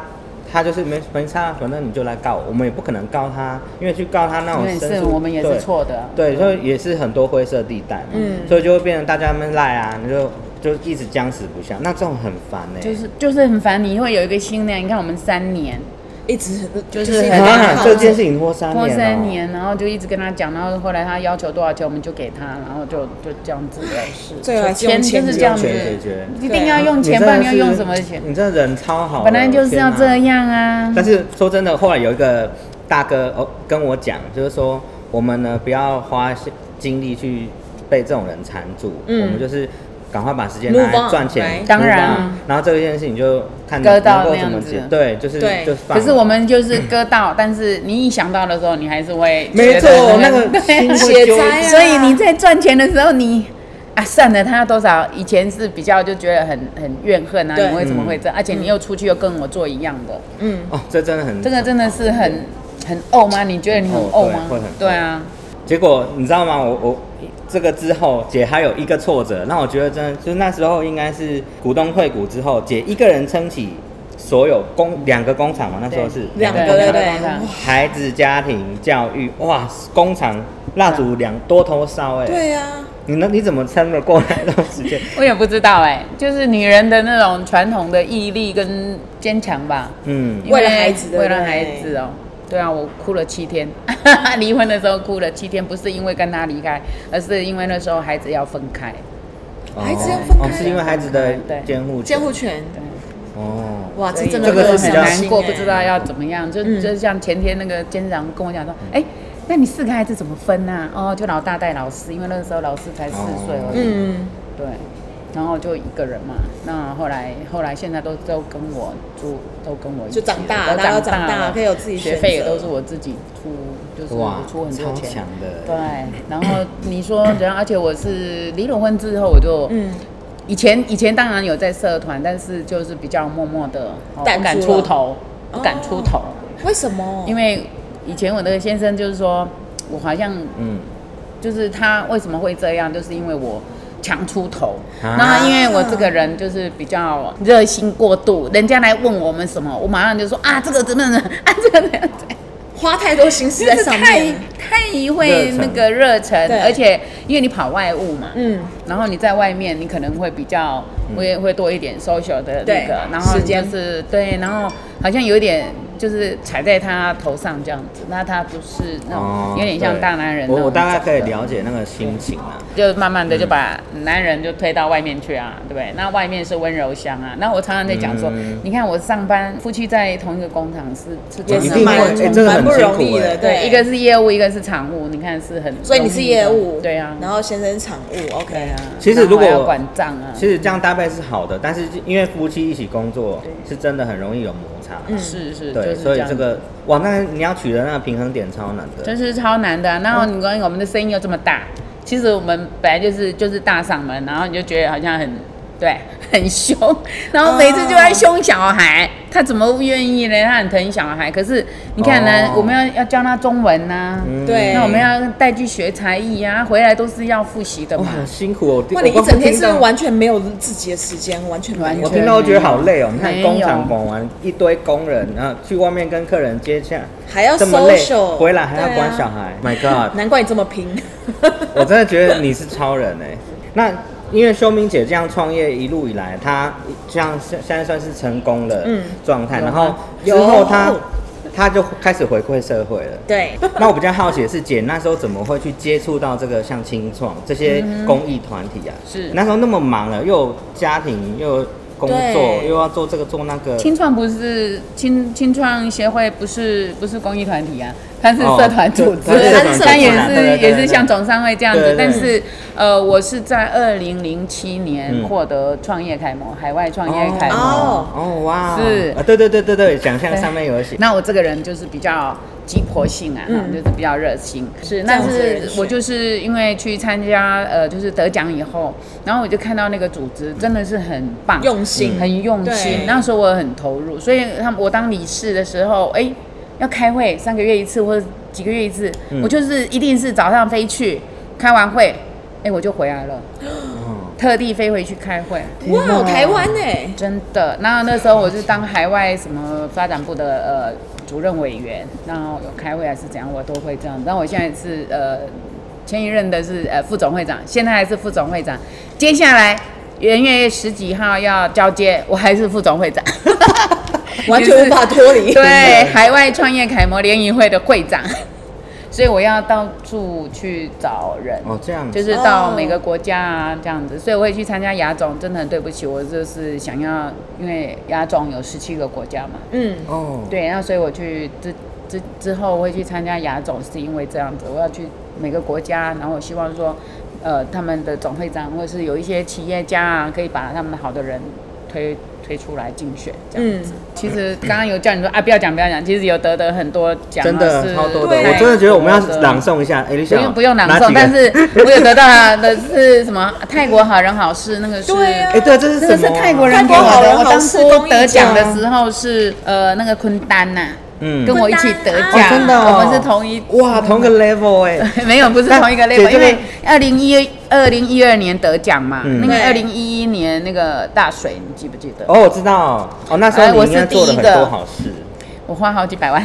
B: 他就是没没差，啊反正你就来告我，我们也不可能告他，因为去告他那
D: 因
B: 种
D: 为
B: 申
D: 是
B: 诉
D: 我们也是
B: 哦对
D: 错的啊。
B: 对，所以也是很多灰色地带嘛，嗯，所以就会变成大家们赖啊，你就就一直僵持不下，那这种很烦欸呢、
D: 就是就是很烦你，会有一个新的。你看我们三年，
C: 一直
D: 就是
C: 一直
D: 很
C: 在
B: 啊，
D: 难
C: 靠
B: 这件事情拖三年、哦，
D: 拖三年，然后就一直跟他讲，然后后来他要求多少钱，我们就给他，然后就就这样子了事。
C: 最后还是
D: 钱
C: 用钱
D: 就是这样子
B: 解决解决，
D: 一定要哦嗯用
B: 你真
D: 钱，不
B: 的
D: 然
B: 是
D: 你要用什么钱？
B: 你这人超好的，
D: 本来就是要
B: 天哪
D: 这样啊。
B: 但是说真的，后来有一个大哥哦跟我讲，就是说我们呢不要花精力去被这种人缠住，
C: 嗯
B: 我们就是赶快把时间拿
C: Move
B: 来
C: on，
B: 赚钱
C: right？，
D: 当然
B: move on，然后这件事情就看
D: 割
B: 能
D: 到
B: 够
D: 那
B: 怎么
D: 样子
B: 解，对，就是
C: 对
B: 就是放
D: 可
B: 了。
D: 是我们就是割到，但是你一想到的时候，你还是会
B: 没错
D: 觉得
B: 那个心
D: (laughs) 对
B: 会血纠灾
C: 啊
D: 所以你在赚钱的时候，你啊算了，他要多少？以前是比较就觉得很很怨恨啊，
C: 对
D: 你为什么会这样？而且你又出去又跟我做一样的，
C: 嗯，
B: 哦，这真的很
D: 这个真的是很很怄吗？你觉得你很
B: 哦
D: 怄
B: 对
D: 吗
B: 会很？
D: 对啊，
B: 结果你知道吗？我我这个之后，姐还有一个挫折，那我觉得真的就是那时候应该是股东退股之后，姐一个人撑起所有工两个工厂嘛，那时候是
D: 对
C: 两个
B: 工厂
D: 对
C: 对对，
D: 对
B: 孩子家庭教育，哇，工厂蜡烛两多头烧哎、
C: 对啊，
B: 你能你怎么撑得过来那种时
D: (laughs)
B: 间？
D: 我也不知道哎、就是女人的那种传统的毅力跟坚强吧。
B: 嗯，
D: 因
C: 为了孩子对不
D: 为
C: 对
D: 了孩子哦。对啊，我哭了七天， (laughs) 离婚的时候哭了七天，不是因为跟他离开，而是因为那时候孩子要分开。
C: 孩子要分开
B: 哦，是因为孩子的
D: 对
B: 监护权
C: 监护权，
B: 哦，
C: 哇，
D: 所
C: 这
D: 以
C: 真的
B: 这个
C: 很
B: 是
D: 很
B: 比较
D: 难过，
C: 伤心欸
D: 不知道要怎么样。就、
C: 嗯
D: 就像前天那个监长跟我讲说，哎、那你四个孩子怎么分呐、哦，就老大带老四，因为那时候老四才四
B: 哦
D: 岁而已。
C: 嗯，
D: 对，然后就一个人嘛。那后来后来现在都都跟我住，都跟我一起
C: 就长大
D: 了
C: 大家都
D: 都长
C: 长大
D: 了，
C: 可以有自己
D: 学
C: 选
D: 费也
C: 择
D: 都是我自己出，就是
B: 哇
D: 我，出很
B: 超
D: 多
B: 强
D: 钱。
B: 的，
D: 对，然后你说，然后而且我是离了婚之后，我就
C: 嗯，
D: 以前以前当然有在社团，但是就是比较默默的，哦
C: 淡
D: 不敢
C: 出了
D: 出头，不敢
C: 哦
D: 出头，
C: 为什么？
D: 因
C: 为
D: 为以前我的先生就是说，我好像
B: 嗯，
D: 就是他为什么会这样，就是因为我强出头。
B: 啊
D: 那因为我这个人就是比较热心过度，人家来问我们什么，我马上就说啊，这个真的是啊，这个真的
C: 花太多心思在
D: 是
C: 上
D: 太
C: 面，
D: 太会那个热忱
C: 对，
D: 而且因为你跑外务嘛，
C: 嗯，
D: 然后你在外面，你可能会比较
B: 嗯
D: 会、会多一点 social 的那
C: 对
D: 个，然后
C: 时
D: 你就
C: 间
D: 是对，然后好像有一点就是踩在他头上这样子，那他不是那种、
B: 哦，
D: 有点像
B: 对
D: 大男人那
B: 我
D: 种
B: 我大概
D: 走
B: 可以
D: 的
B: 了解那个心情啊。
D: 就慢慢的就把男人就推到外面去啊，对不对？那外面是温柔乡啊。那我常常在讲说，
B: 嗯
D: 你看我上班，夫妻在同一个工厂是是
C: 也
B: 一
D: 真
C: 是
D: 的
B: 定
C: 蛮
B: 会
D: 蛮
B: 哎
D: 冲
B: 这个
C: 蛮
B: 很
C: 不
B: 辛
C: 容
B: 苦
C: 易
B: 哎
C: 的，
D: 对，一个是业务，一个是场务，你看是很容易的，
C: 所以你是业务，
D: 对啊，
C: 然后先生常务
D: 对
C: ，OK
D: 啊，
B: 其实如果
D: 然后还要管账啊，
B: 其实这样搭配是好的，但是因为夫妻一起工作，是真的很容易有摩擦。
C: 嗯
D: 是是，就
B: 对，
D: 是
B: 所以
D: 样
B: 这个哇，那你要取得那个平衡点超难的。
D: 真是超难的啊、然后
B: 嗯
D: 你关于我们的声音又这么大，其实我们本来就是就是大嗓门，然后你就觉得好像很对很凶，然后每次就
B: 哦
D: 在凶小孩，他怎么愿意呢？他很疼小孩，可是你看呢，
B: 哦
D: 我们要要教他中文呐、
B: 嗯
C: 对
D: 那我们要带去学才艺啊，回来都是要复习的
B: 哇，
D: 嘛。
B: 很辛苦哦。
C: 哇，
B: 我
C: 你一整天是不是
B: 我
C: 完全没有自己的时间，完全没
D: 完
B: 我
C: 有
D: 全？
B: 听到都觉得好累哦。你看
D: 没有
B: 工厂忙完一堆工人，然后去外面跟客人接洽，
C: 还要
B: 这么累
C: social，，
B: 回来还要管
C: 对啊
B: 小孩。My God，
C: 难怪你这么拼。 (laughs)
B: 我真的觉得你是超人哎。那因为修明姐这样创业一路以来，她这样现现在算是成功的
C: 嗯
B: 状态，
D: 有
B: 然
D: 吗
B: 后之后
C: 有
B: 她她就开始回馈社会了。
C: 对，
B: 那我比较好奇的是，姐那时候怎么会去接触到这个像青创这些公益团体啊？
D: 是
B: 那时候那么忙了，又有家庭，又有工作，
C: 对
B: 又要做这个做那个。
D: 青创不是青青创协会不是不是公益团体啊，它是
B: 哦
D: 社团组织，
B: 对对
C: 它是社团
D: 它也
C: 对
B: 对对
D: 是
B: 对
D: 也是像总商会这样
B: 对对。
D: 子但是呃，我是在二零零七年
B: 嗯
D: 获得创业楷模，海外创业楷模。
B: 哦哦哇，
D: 是
B: 啊，对对对对对，奖项上面有写。
D: 那我这个人就是比较急迫性啊，
C: 嗯
D: 就是比较热心。是，
C: 这样
D: 但
C: 子的人
D: 是
C: 选
D: 我就是因为去参加呃，就是得奖以后，然后我就看到那个组织真的是很棒，
C: 用心
D: 很用心
C: 对。
D: 那时候我很投入，所以他们我当理事的时候，哎、要开会，三个月一次或者几个月一次，
B: 嗯
D: 我就是一定是早上飞去，开完会，哎、我就回来了，
C: 哦
B: 嗯
D: 特地飞回去开会。
B: 哇
C: 哇，台湾
B: 欸
C: 呢？
D: 真的。那那时候我是当海外什么发展部的呃主任委员，然后有开会啊还是怎样，我都会这样。但我现在是呃前一任的是呃副总会长，现在还是副总会长，接下来。元月十几号要交接，我还是副总会长，
C: (laughs) 完全无法脱
D: (laughs)
C: 离。
D: 对海外创业楷模联谊会的会长，所以我要到处去找人。
B: 哦，这样子
D: 就是到
C: 哦
D: 每个国家啊这样子，所以我也去参加亚总，真的很对不起，我就是想要，因为亚总有十七个国家嘛，
C: 嗯，
B: 哦，
D: 对，那所以我去之之之后我会去参加亚总，是因为这样子，我要去每个国家，然后我希望说呃他们的总会长，或者是有一些企业家啊，可以把他们好的人推推出来竞选这样。
C: 嗯，
D: 其实刚刚有叫你说啊，不要讲不要讲，其实有得得很多奖啊，
B: 真的
D: 是
B: 超多的，
C: 对
B: 我真的觉得我们要
D: 太多的
B: 朗诵一下。哎，你
D: 不
B: 想
D: 用不用朗
B: 哪几，
D: 诵
B: 个
D: 但是我有得到 (laughs) 他的是什么？泰国好人好事那个是。
C: 对呀、
B: 哎，对，这是什
D: 这
B: 么
D: 个
B: 啊？
D: 是泰国人
C: 泰
D: 给
C: 国
D: 我
C: 好人
D: 的，我
C: 好
D: 当
C: 事
D: 初
C: 公益
D: 得奖啊的
C: 奖
D: 时候是呃那个昆丹呐、
B: 嗯
D: 跟我一起得
B: 哦
D: 奖，
B: 真的哦
D: 我嗯们是同一
B: 哇，同个 level 哎，
D: (laughs) 没有，不是同一个
B: 那
D: level，
B: 姐
D: 因
B: 这边
D: 为二零一二零一二年得奖嘛，
B: 嗯
D: 那个二
C: 对
D: 零一一年那个大水，你记不记得？
B: 哦，我知道，哦，那时
D: 哎
B: 候
D: 我
B: 你应该
D: 是第
B: 做了
D: 一
B: 很
D: 个
B: 多好事，
D: 我花好几百万、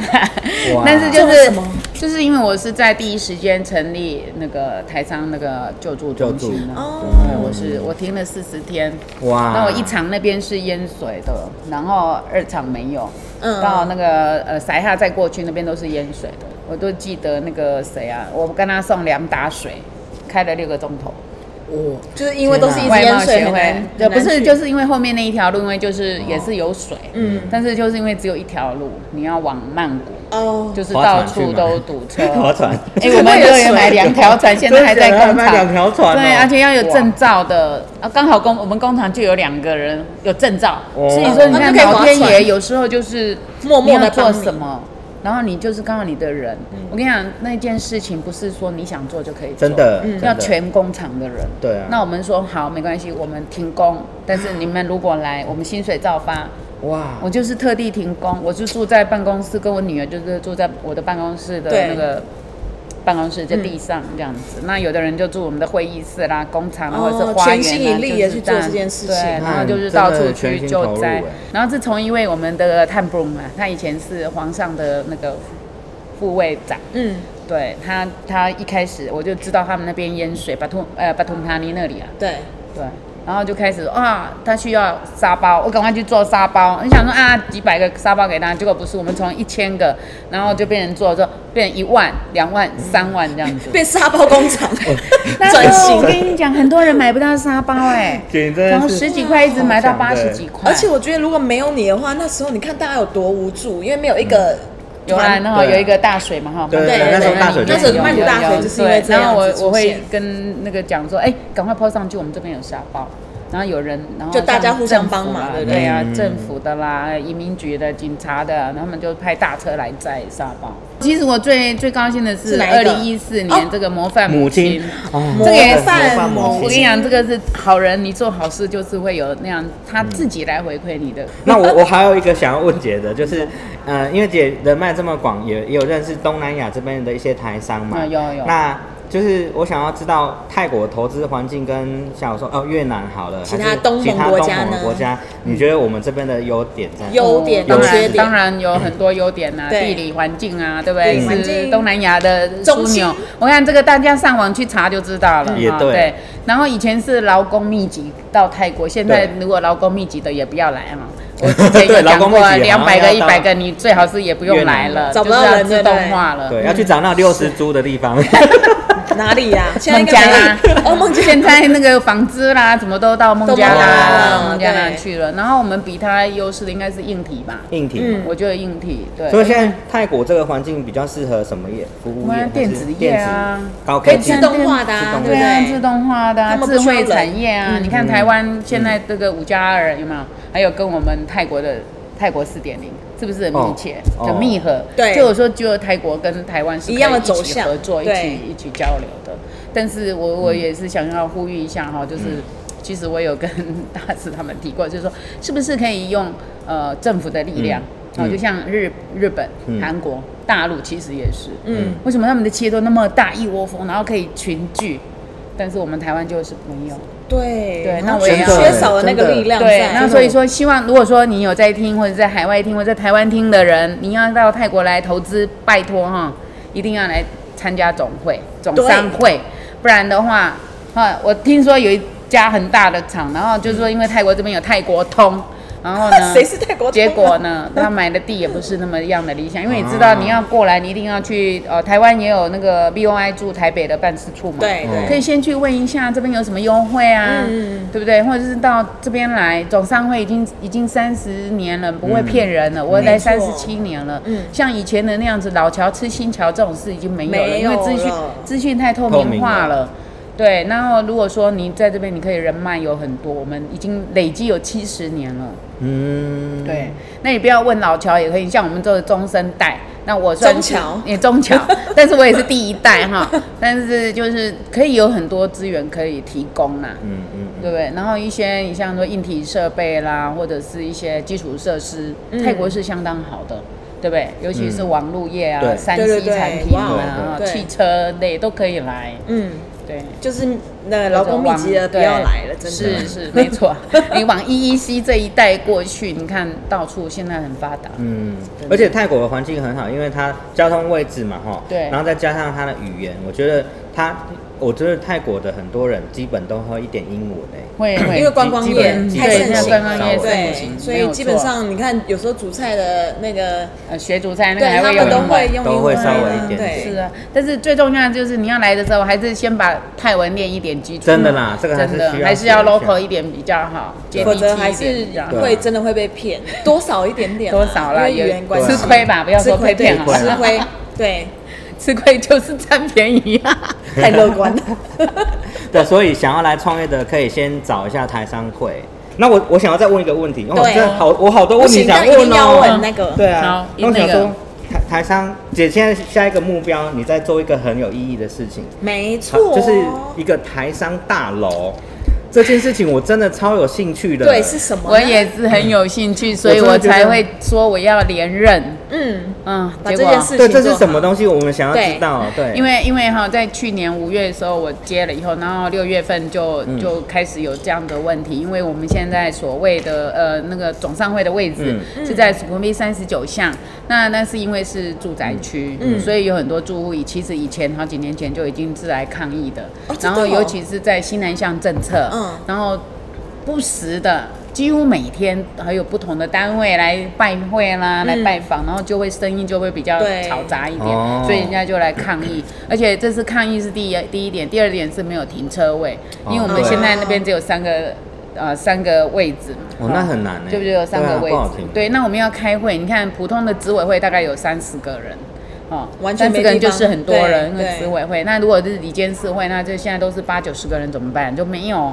B: 哇
D: (laughs) 但是就
C: 这是
D: 是
C: 什么
D: 就是因为我是在第一时间成立那个台商那个救助中心
B: 救助
D: 呢，
C: 哦
D: 对我是我停了四十天，
B: 哇，
D: 那我一场那边是淹水的，然后二场没有，
C: 嗯
D: 到那个呃塞哈再过去那边都是淹水的，我都记得那个谁啊，我跟他送两打水，开了六个钟头。
B: 哦，
C: 就是因为都是一直
D: 外
C: 淹
D: 贸
C: 水，
D: 协
C: 很
D: 会
C: 难，
D: 对，不是，就是是因为后面那一条路，因为就是也是有水，
C: 嗯
D: 但是就是因为只有一条路，你要往曼谷，
C: 哦，
D: 就是
B: 划船
D: 到
B: 去
D: 处
B: 吗
D: 都堵车。
B: (laughs) 划船，
D: 哎、我们乐园买两条船，现在还在工
B: 哦真的
D: 厂。
B: 还买两条船哦
D: 对，而且要有证照的。啊，刚好工我们工厂就有两个人有证照，
B: 哦
D: 所以说你
C: 那
D: 看
C: 就可以划
D: 老天爷
C: 船
D: 有时候就是
C: 默默地
D: 你要做
C: 帮你
D: 什么。然后你就是刚好你的人，我跟你讲，那件事情不是说你想做就可以做，
B: 嗯真的嗯
D: 要
B: 真的
D: 全工厂的人。
B: 对啊
D: 那我们说好，没关系，我们停工，但是你们如果来，我们薪水照发。
B: 哇，
D: 我就是特地停工，我就住在办公室，跟我女儿就是住在我的办公室的
C: 对
D: 那个办公室在地上这样子。那有的人就住我们的会议室啦、工厂啊，
C: 哦
D: 或者是花园啊，
C: 全心一力
D: 就是
C: 地去做这件事情啊
D: 对，
B: 嗯
D: 然后就是到
B: 真
D: 处
B: 的全
D: 去
B: 心
D: 救
B: 投入
D: 灾
B: 欸。
D: 然后自从一位我们的探布鲁嘛，他以前是皇上的那个护卫长，
C: 嗯，
D: 对他，他一开始我就知道他们那边淹水，巴图呃巴图塔尼那里啊，
C: 对，
D: 对，然后就开始啊，他需要沙包，我赶快去做沙包。你想说啊，几百个沙包给他，结果不是，我们从一千个，然后就变成做做，变成一万、两万、三万这样子。
C: 变沙包工厂，
B: 哦
D: 那时候
C: (laughs) 转型
D: 我跟你讲，很多人买不到沙包哎、
B: 简直
D: 从十几块一直买到八十几块，
C: 而且我觉得如果没有你的话，那时候你看大家有多无助，因为没有一个
D: 有啦，
C: 团
D: 然后
B: 对啊
D: 有一个大水嘛哈，
B: 对
D: 曼谷
C: 对对对
D: 那时
C: 那时
D: 候
C: 候
D: 曼
C: 曼
D: 谷
C: 谷
D: 大
C: 大
D: 水
C: 水
D: 就
C: 就是是
D: 因
C: 因
D: 为
C: 为
D: 这
C: 这
D: 样
C: 样
D: 然后
C: 子
D: 我
C: 出
D: 我会
C: 现
D: 跟那个讲说，哎，赶快抛上去，我们这边有沙包。然后有人，然后
C: 就大家
D: 像
C: 互相
D: 政府
C: 帮忙
D: 啊
C: 对不对
D: 对呀，
B: 嗯
D: 政府的啦，哎移民局的、警察的，然后他们就派大车来载沙包。其实我最最高兴的是
C: 是哪
D: 二
C: 一个
D: 零一四
C: 哦
D: 年这个模范
B: 母
D: 亲
B: 亲，，哦
D: 这个也
C: 范
B: 母
C: 母
D: 我跟
B: 亲
D: 你。讲，这个是好人，你做好事就是会有那样，他自己来回馈你的。
B: (laughs) 那我我还有一个想要问姐的，就是，呃，因为姐人脉这么广，也也有认识东南亚这边的一些台商嘛，
D: 嗯有有
B: 那就是我想要知道泰国投资环境跟像我说哦越南好了，
C: 其他
B: 还是
C: 东盟
B: 其他
C: 国
B: 东
C: 家
B: 盟的
C: 呢嗯
B: 国家，你觉得我们这边的优点在哪里？
C: 优点
D: 哦当
C: 跟
D: 然
C: 缺
D: 当
C: 点，
D: 然有很多优点呐、
C: 对
D: 地理环境啊，对不
C: 地
D: 对？
C: 理环
D: 是
C: 境
D: 东南亚的枢
C: 中心
D: 纽。我看这个大家上网去查就知道了。
B: 也
D: 哈
B: 对
D: 对。然后以前是劳工密集到泰国，现在
B: 对
D: 如果劳工密集的也不要来
B: (laughs)
D: 嘛。我之前有
B: 对劳
D: 讲
B: 工密
D: 过啊
B: 集好，像
D: 两百个、
B: 要
D: 一
B: 到
D: 百个，你最好是也不
B: 越
D: 用
B: 南
D: 来了，
C: 找不
D: 就是
C: 到
D: 要
C: 人
D: 自
C: 对不
D: 动
C: 对
D: 化了。
B: 对，要去找那六
C: 嗯
B: 十株的地
C: (laughs)
B: 方。
C: 哪
D: (laughs)
C: 里呀？现在
D: 孟
C: 应
D: 加
C: 该没
D: 拉，
C: 哦，孟加拉
D: 现在那个纺织啦，怎么都到孟加拉、
C: 都
D: 孟
C: 孟
D: 加
C: 加拉
D: 拉
C: 对
D: 去了。然后我们比它优势的应该是硬体吧，
B: 硬体嘛
C: 嗯
D: 我觉得硬体对。
B: 所以现在泰国这个环境比较适合什么业？服务
D: 我
B: 业
D: 们、电子业啊
B: 还是电子高
C: 可
B: 科
C: 以
B: 技
C: 自。动化的啊，
B: 自动化
C: 对
D: 对啊，自
C: 不对？
D: 动化的、啊、
C: 他们
D: 智
C: 不需要
D: 慧
C: 人嗯
D: 产业啊，你看台湾现在这个五加二有没有？还有跟我们泰国的泰国四点零是不是很密切、
B: 哦
D: 很密合？
C: 对
D: 就我说只有泰国跟台湾是可以
C: 一样的
D: 一起
C: 走向
D: 合作、一
C: 对嗯
D: 起一起交流的。但是我我也是想要呼吁一下哈，就是。其实我有跟大师他们提过，就是说，是不是可以用呃政府的力量，
B: 嗯
D: 哦，
B: 嗯
D: 就像日日本
B: 嗯、
D: 韩国、大陆，其实也是，
C: 嗯，
D: 为什么他们的企业都那么大一窝蜂，然后可以群聚？但是我们台湾就是没有。
C: (laughs) 对
D: 对
C: 然
D: 那
C: 后
D: 我也
C: 缺
D: 要
C: 缺
B: 欸
C: 少了那个力量
D: 对，
C: 在，
D: 那所以说，希望如果说你有在听，或者在海外听，或者在台湾听的人，你要到泰国来投资，拜托哈，一定要来参加总会、总商会，不然的话，哈，我听说有一家很大的厂，然后就是说因为泰国这边有泰国通，然后呢，
C: (laughs) 谁是泰国通啊
D: 结果呢，他买的地也不是那么样的理想，因为你知道你要过来，你一定要去呃，台湾也有那个 B O I 驻台北的办事处嘛，
C: 对
B: 哦
C: 对
D: 可以先去问一下这边有什么优惠啊，
C: 嗯
D: 对不对？或者是到这边来，总商会已经已经三十年了，不会骗人了。我来三
C: 嗯没
D: 十
C: 错
D: 七年了，
C: 嗯
D: 像以前的那样子老乔吃新乔这种事已经没有了，
C: 没
D: 因
C: 有
D: 为资讯
C: 了
D: 资讯太透
B: 透
D: 明
B: 明
D: 化
B: 了
D: 了。对，然后如果说你在这边，你可以人脉有很多，我们已经累积有七十年了。
B: 嗯，
D: 对，那你不要问老乔也可以，像我们做的中生代，那我算是
C: 中侨
D: (laughs) 也中
C: (laughs)
D: 侨，但是我也是第一代哈，但是就是可以有很多资源可以提供啦、
B: 嗯嗯嗯，
D: 对不对？然后一些你像说硬体设备啦，或者是一些基础设施，
C: 嗯
D: 泰国是相当好的，对不对？尤其是网络业啊、
B: 对
D: 三
C: 对
D: C
C: 对对
D: 产品
C: 哇
D: 啊、
C: 对
D: 汽车类都可以来，
C: 嗯，
D: 对。
C: 就是那劳工密集的不要来了，真的
D: 是是没
C: (laughs)
D: 错。你往 EEC 这一带过去，你看到处现在很发达，
B: 嗯，而且泰国的环境很好，因为它交通位置嘛，哈，
D: 对
B: 然后再加上它的语言，我觉得它，我觉得泰国的很多人基本都会一点英文诶、
D: 会会
C: 因为观光
B: 基
C: 业
B: 本
C: 太
B: 基
C: 盛
B: 本
C: 行
B: 对
C: 了，
B: 观光业
D: 盛
C: 对，
D: 行
C: 所
D: 没
C: 以
D: 有
C: 基本
D: 错
C: 上你看，有时候煮菜的那个，
D: 呃学煮菜那个
C: 对
D: 还
C: 他
D: 会有
C: 们都
D: 人
C: 会用
B: 都
C: 英
B: 会嗯
C: 文
B: 稍微
C: 啊
B: 一点
C: 对，
D: 是啊，但是最重要的就是你要来的时候，还是先把泰文练一点基础。嗯
B: 真的啦这个还是
D: 真的
B: 需要
D: 还是要
B: 学一下
D: local 一点比较好，接
C: 否
D: 地气
C: 则还
D: 一
C: 是
D: 点比较好。
C: 会真的会被骗，多少一点点啦，啊
D: 多少啦，
C: 因为语言关
D: 有
C: 系
D: 吃亏吧，不要说被骗啊
C: 吃
D: 好
C: 亏
D: 了，
C: 对
D: (laughs) 吃
C: 吃亏，对，
D: 亏就是占便宜啊。
C: (laughs) 太乐观了，
B: 对，所以想要来创业的，可以先找一下台商会。那我我想要再问一个问题，因为我
C: 对
B: 真的好，我好多问题想
C: 不行那一
B: 问
C: 定
B: 哦。
C: 要问那个
B: 对啊
D: 好，
B: 那我想
D: 那
B: 说
D: 个，
B: 台台商姐现在下一个目标，你在做一个很有意义的事情，
C: (laughs) 没
B: 它
D: 哦
C: 错，
B: 就是一个台商大楼。这件事情我真的超有兴趣的。
C: 对是什么
D: (laughs)
C: 呢？
D: 我也是很有兴趣，所以
B: 我真
D: 我
B: 的觉得
D: 才会说我要连任。
C: 嗯，
D: 嗯，
C: 把
D: 结
C: 这
D: 果
C: 件事情
B: 对，这是
C: 做
B: 什么
C: 好
B: 东西？我们想要知道。对，
D: 因为因为哈，在去年五月的时候我接了以后，然后六月份就
B: 嗯
D: 就开始有这样的问题，因为我们现在所谓的呃那个总商会的位置
B: 嗯
C: 嗯
D: 是在土地三十九巷，那那是因为是住宅区，
B: 嗯
C: 嗯
D: 所以有很多住户以其实以前好几年前就已经是来抗议的，
C: 哦真的
D: 然后
C: 哦
D: 尤其是在西南向政策，
C: 嗯
D: 然后不时的。几乎每天还有不同的单位来拜会啦，来
C: 嗯
D: 拜访，然后就会声音就会比较
C: 对
D: 嘈杂一点，
B: 哦
D: 所以人家就来抗议。而且这次抗议是第一第一点，第二点是没有停车位，因为我
B: 哦
D: 们
B: 对
D: 现在那边只有三个呃三个位置，
B: 哦，那很难呢。
D: 对不对？有三
B: 对
D: 个
B: 啊
D: 位
B: 不好
D: 置
B: 听。，
D: 对，那我们要开会，你看普通的执委会大概有三十个人。哦，
C: 完全
D: 30
C: 没
D: 个人
C: 地
D: 就
C: 方
D: 是很多
C: 对
D: 人，因为
C: 对
D: 执委会。那如果是里监事会，那就现在都是八九十个人，怎么办？就没有。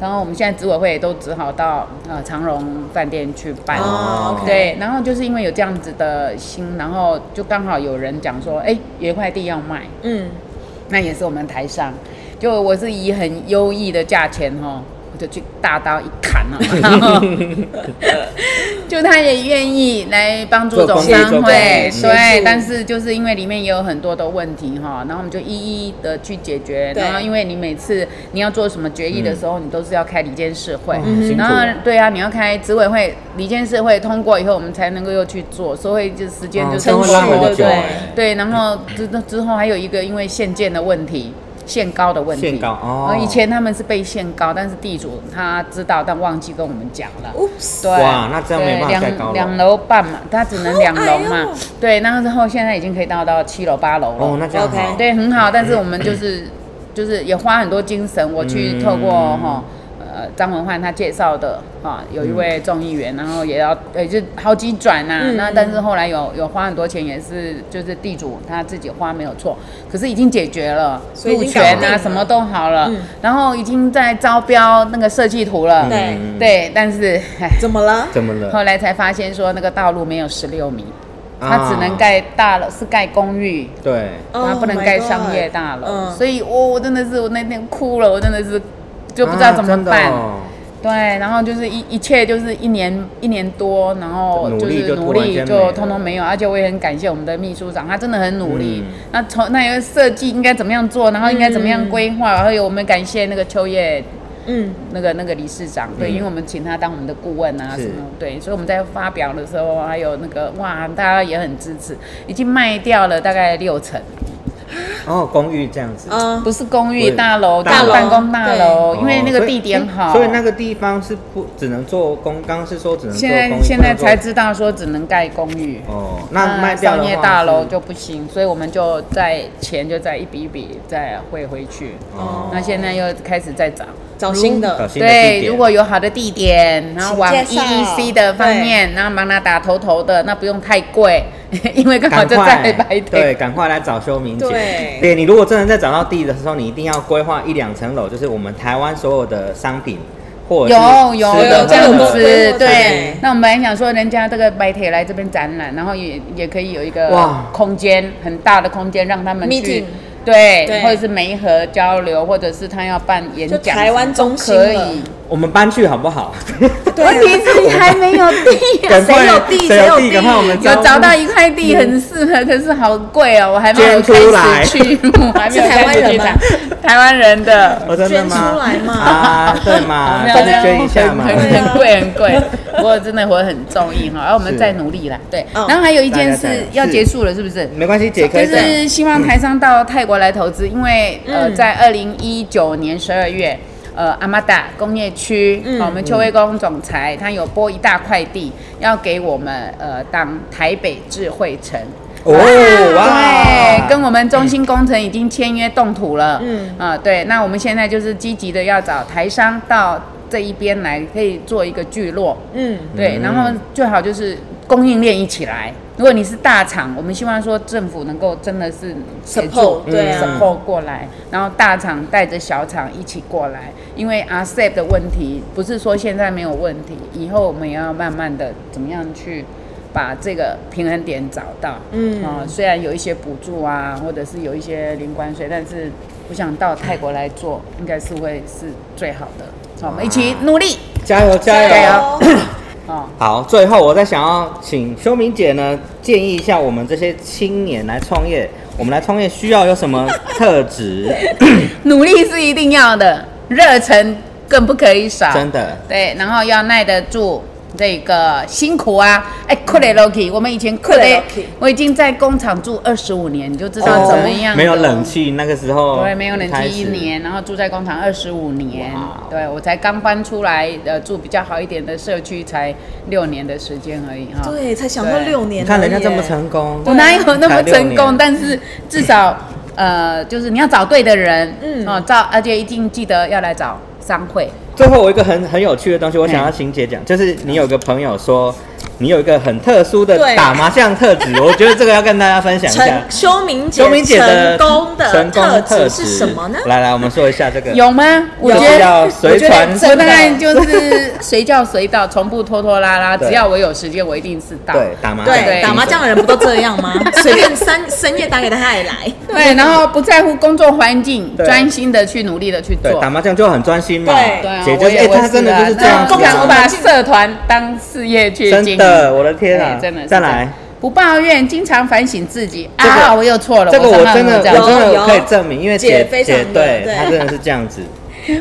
D: 然后我们现在执委会也都只好到呃长荣饭店去办。
C: 哦
B: 哦，
D: 对，然后就是因为有这样子的心，然后就刚好有人讲说，哎，有一块地要卖，
C: 嗯，
D: 那也是我们台上，就我是以很优异的价钱哦，我就去大刀一砍了，然后
B: (laughs)
D: 就他也愿意来帮助总
B: 做
D: 商
B: 公益嗯做
D: 会，
B: 公益
C: 协
D: 对
C: 助，
D: 但是就是因为里面也有很多的问题哈，然后我们就一一的去解决，
C: 对
D: 然后因为你每次你要做什么决议的时候，你都是要开理监事会
B: 哦很辛，苦
D: 然后
B: 哦
D: 对啊，你要开执委会、理监事会通过以后，我们才能够又去做，所以就时间
B: 哦
D: 就
B: 真
C: 的
D: 是
C: 会拉很
D: 对不
C: 久
D: 对
B: 啊
C: 哎？
D: 对，然后之之后还有一个因为限建的问题。限高的问题，
B: 限高哦
D: 呃以前他们是被限高，但是地主他知道，但忘记跟我们讲了。
C: Oops，
D: 对，
B: 哦哇那这样没办法再
D: 对
B: 高了
D: 两两楼半嘛，它只能两楼
C: 好矮
D: 嘛
C: 哦。
D: 对，那之后现在已经可以到到七楼八楼了。
B: 哦，那这样好
C: OK。
D: 对，很好，但是我们就是就是也花很多精神，我去透过
B: 嗯
D: 哈。呃，张文焕他介绍的啊，有一位众议员，然后也要呃，就好几转呐、
C: 嗯
D: 那但是后来有有花很多钱，也是就是地主他自己花没有错，可是已经解决了
C: 所以已
D: 路
C: 经
D: 权
C: 搞定
D: 啊，
C: 了
D: 什么都好了、
C: 嗯
D: 然后已经在招标那个设计图了。
C: 对
B: 嗯，
D: 对，但是唉
C: 怎么了？
B: 怎么了？
D: 后来才发现说那个道路没有十六米，它
B: 啊
D: 只能盖大楼，是盖公寓。
B: 对，
D: 然后不能
C: Oh my
D: 盖
C: God
D: 商业大楼，
C: 嗯
D: 所以我我真的是我那天哭了，我真的是就不知
B: 啊
D: 道怎么
B: 哦
D: 办。对，然后就是一一切就是一年一年多，然后
B: 努
D: 就
B: 力
D: 是
B: 就突
D: 努
B: 然
D: 力
B: 间没
D: 就
B: 了
D: 通通没有，而且我也很感谢我们的秘书长，他真的很努力。
B: 嗯
D: 那从那个设计应该怎么样做，然后应该怎么样
C: 嗯
D: 规划，还有我们感谢那个秋叶
C: 嗯，
D: 那个那个理事长，对，
B: 嗯
D: 因为我们请他当我们的顾问啊
B: 是
D: 什么，对，所以我们在发表的时候，还有那个哇，大家也很支持，已经卖掉了大概六成，
B: 哦，公寓这样子。
C: 啊，
D: 不是公
B: 不
D: 寓
B: 是
D: 大楼，
B: 大
D: 大
B: 楼
D: 办公大楼，
B: 哦
D: 因为那
B: 所
D: 个
B: 以
D: 地点好，
B: 哦所以那个地方是不只能做公，刚刚是说只能做
D: 现
B: 公
D: 在
B: 寓，
D: 现在
B: 不
D: 才
B: 能做
D: 知道说只能盖公寓。
B: 哦，那卖掉的
D: 商
B: 话
D: 业大楼
B: 是
D: 就不行，所以我们就在钱就在一笔一笔再汇回去。
B: 哦
D: 那现在又开始在涨，
C: 找新
B: 找
C: 的，
B: 新的地
D: 对，
B: 点
D: 如果有好的地点，然后往
C: 请介绍
D: EEC 的方面，然后帮他打头头的，那不用太贵，因为刚好 (laughs)
B: 赶
D: 就
B: 快
D: 在白天。
B: 对，赶快来找修明姐。
C: 对
D: 对，
B: 对你如果真的在找到地的时候，你一定要规划一两层楼，就是我们台湾所有的商品或者是
D: 有有
B: 吃的
D: 有这样
B: 喝的
D: 子，对。
C: 对
D: 那我们本来想说，人家这个白铁来这边展览，然后也也可以有一个
B: 哇
D: 空间很大的空间，让他们去
C: Meeting
D: 对，
C: 对
D: 或者是媒合交流，或者是他要办演
C: 就
D: 讲，
C: 台湾中心
D: 可
C: 了
D: 以。
B: 我们搬去好不好？ (laughs)
D: 问题是还没有地、啊，
B: 赶快
D: 谁有地？
B: 谁有
D: 谁有
B: 地赶快我们招
D: 有找到一块地很适合，可是好贵哦，我还没有
B: 捐出
D: 开
B: 来
D: 始去，我还没有
C: 是台湾
D: 开始去
C: 人吗
D: 打台湾人的。
B: 哦，真的
C: 捐
B: 吗？
C: 出来嘛
B: 啊，对嘛，
D: (laughs) 没有
B: 再
D: 没有
B: 捐一下嘛。
D: 很
C: 对啊
D: 很贵很贵，
C: (laughs)
D: 不过真的会很中意哈，然后我们
B: 是
D: 再努力啦。对，
C: 嗯
D: 然后还有一
B: 再
D: 件
B: 来再
D: 事
B: 来
D: 要
B: 是
D: 结束了，是不是？
B: 没关系，姐可
D: 就
B: 以讲。
D: 是希望台商到泰国来投资，因为
C: 嗯
D: 呃，在二零一九年十二月，呃，阿玛达工业区，
C: 嗯
D: 哦我们邱威公总裁他有拨一大块地要给我们呃当台北智慧城。
B: 哦哇，
D: 对，跟我们中心工程已经签约动土了。
C: 嗯
D: 嗯，啊、对，那我们现在就是积极的要找台商到这一边来，可以做一个聚落。
C: 嗯，
D: 对，然后最好就是供应链一起来。如果你是大厂，我们希望说政府能够真的是协助嗯
C: Support，对啊
D: support 过来，然后大厂带着小厂一起过来，因为 RCEP 的问题不是说现在没有问题，以后我们也要慢慢的怎么样去。把这个平衡点找到，
C: 嗯
D: 嗯，啊、虽然有一些补助啊，或者是有一些零关税，但是我想到泰国来做，应该是会是最好的。好，我们一起努力，
B: 加油加油！
D: 加油
C: 哦
D: 啊、
B: 好，最后我再想要请修明姐呢建议一下我们这些青年来创业，我们来创业需要有什么特
D: (laughs)
B: 质？
D: 努力是一定要的，热忱更不可以少。
B: 真的，
D: 对，然后要耐得住这个辛苦啊！哎，
B: 嗯
D: 困得 l o k 我们以前困
C: 困得
D: 得
C: Loki，
D: 我已经在工厂住二十五年，你就知道
C: 哦
D: 怎么样、
B: 没有冷。气，那个时候
D: 对，没有冷
B: 开
D: 气
B: 始
D: 一年，然后住在工厂二十五年
B: 哇，
D: 对我才刚搬出来，呃，住比较好一点的社区，才六年的时间而已哈。
C: 对，才想到
D: 对
C: 六年，
B: 你看人家这么，成功，
D: 我哪有那么成功？
B: 才
D: 但是至少，呃，就是你要找对的人，
C: 嗯
D: 嗯，哦，找，而且一定记得要来找商会。
B: 最后我有一个很很有趣的东西，我想要请姐讲，就是你有个朋友说你有一个很特殊的
C: 对
B: 打麻将特
D: (laughs)
B: 质，我觉得这个要跟大家分享一下
C: 成。修明姐
B: 修明姐的
C: 成功
B: 成
C: 的
B: 功质
C: 质是什么呢？
B: 来来，我们说一下这个。
D: 有吗？我
B: 就
D: 觉
B: 是
D: 得。
B: 要随传
C: 我觉
D: 我
C: 得
D: 大概就是随叫随到，从不拖拖拉拉。
B: 对
D: 只要我有时间，我一定是到。
B: 对打麻将，
C: 对，打麻将的人不都这样 (laughs) 吗？随便三深夜打给他他也来，
D: 对，然后不在乎工作环境，
B: 对
D: 专心的去努力的去
B: 对
D: 做。
B: 打麻将就很专心嘛。
C: 对
D: 对啊，
B: 姐就
D: 我
B: 是
D: 也
B: 哎，
D: 我
B: 她真的
D: 啊
B: 就是这样子
D: 那
C: 工作
D: 想
B: 啊。
D: 把社团当事业去经
B: 真
D: 营。
B: 的，我的天啊
D: 对，真的是
B: 再
D: 这
B: 来
D: 样。不抱怨，经常反省自己、
B: 这个
D: 啊，我又错了。
B: 这个我
D: 常常
B: 真的，
D: 会这
B: 我
D: 样
B: 真的
C: 有
B: 可以证明，因为
C: 姐
B: 姐
C: 非常
B: 姐
C: 的
B: 对
C: 对
B: 她真的是这样子。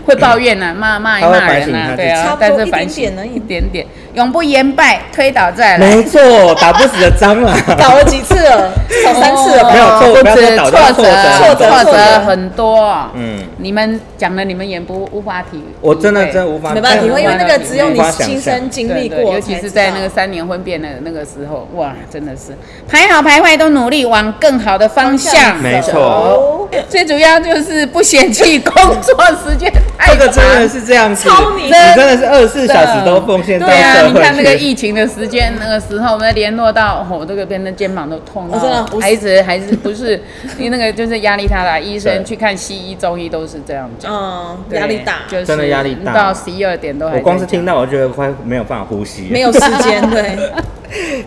D: 会抱怨呐、啊，骂骂一
B: 他会
D: 骂
B: 反省
D: 人
B: 嗯他
D: 啊，
B: 自己
D: 对
C: 差
D: 啊
C: 不，多
D: 但是
C: 一
D: 反
C: 点
D: 省
C: 点而已
D: 一点点，永不言败，推倒再来。
B: 没错， (laughs) 打不死的蟑螂。
C: (laughs) 搞了几次了，至少三次了
B: 没有
C: 吧？
B: 错误
D: 不
B: 不要再
D: 止
B: 倒
D: 挫
B: 掉
D: 折，
B: 挫折
D: 挫折
C: 挫折
D: 很多。
B: 嗯
D: 嗯，你们讲了，你们也不无法体，
B: 我真的
D: 体会
B: 真的无法，
C: 没办法，
D: 对
C: 因为因为那个只有
B: 无
C: 你
B: 法想
C: 亲
B: 象
C: 身经历
D: 对对
C: 过，
D: 尤其是在那个
C: 才知道
D: 三年婚变的那个时候，哇，真的是排好排坏都努力往更好的方向
B: 没
D: 走
B: 错，
C: 哦，
D: 最主要就是不嫌弃工作时间太
B: 这个
D: 长。
B: 真的是这样子，
C: 超你
B: 你真的是二十四小时都奉献到
D: 对啊，
B: 社
D: 你
B: 会
D: 看那个
B: 去
D: 疫情的时间，那个时候我们联络到，哦我这个边的肩膀都痛
C: 我真的
D: 到
C: 不，是
D: 孩子还是不是， (laughs) 因为那个就是压力太大，
B: 对
D: 医生去看西医、中医都是这样讲，
C: 嗯，
D: 对
C: 压力大，
D: 就是
B: 真的压力大
D: 到十一二点都还在
B: 我
D: 讲。
B: 光是听到我就觉得快没有办法呼吸。
C: 没有时间，对，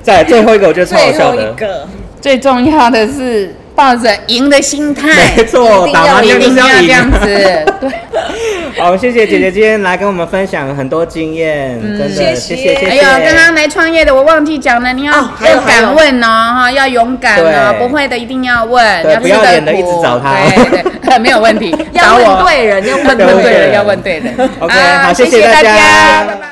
B: 再来最后一个，我觉 (laughs) 得超好
C: 最
B: 笑
C: 后一
B: 的。
C: 个，
D: 最重要的是抱着赢的心态，
B: 没错
D: 哎一定
B: 打麻将
D: 要一
B: 就是
D: 定
B: 要
D: 要这
B: 赢
D: 样子，对。
B: (laughs) 好，谢谢姐姐今天来跟我们分享很多经验，真的谢
C: 谢
B: 谢
C: 谢
B: 谢谢。
D: 还有哎刚刚来创业的，我忘记讲了，你要
C: 哦还有
D: 要敢问哦，哈，要勇敢哦，
B: 对
D: 不会的一定要问，
B: 对
D: 要吃
B: 不要脸的
D: 得苦
B: 一直找他
D: 对对对， (laughs)
B: (laughs)
D: 没有问题，
C: 要
D: 找我
C: 问对人，要问
B: 对
D: 问 (laughs)
B: 对
D: 对
B: 人
D: 人，要问对人。
B: (laughs) OK，
D: 啊
B: 好谢
D: 谢
B: 谢大
D: 大
B: 家
D: 拜拜。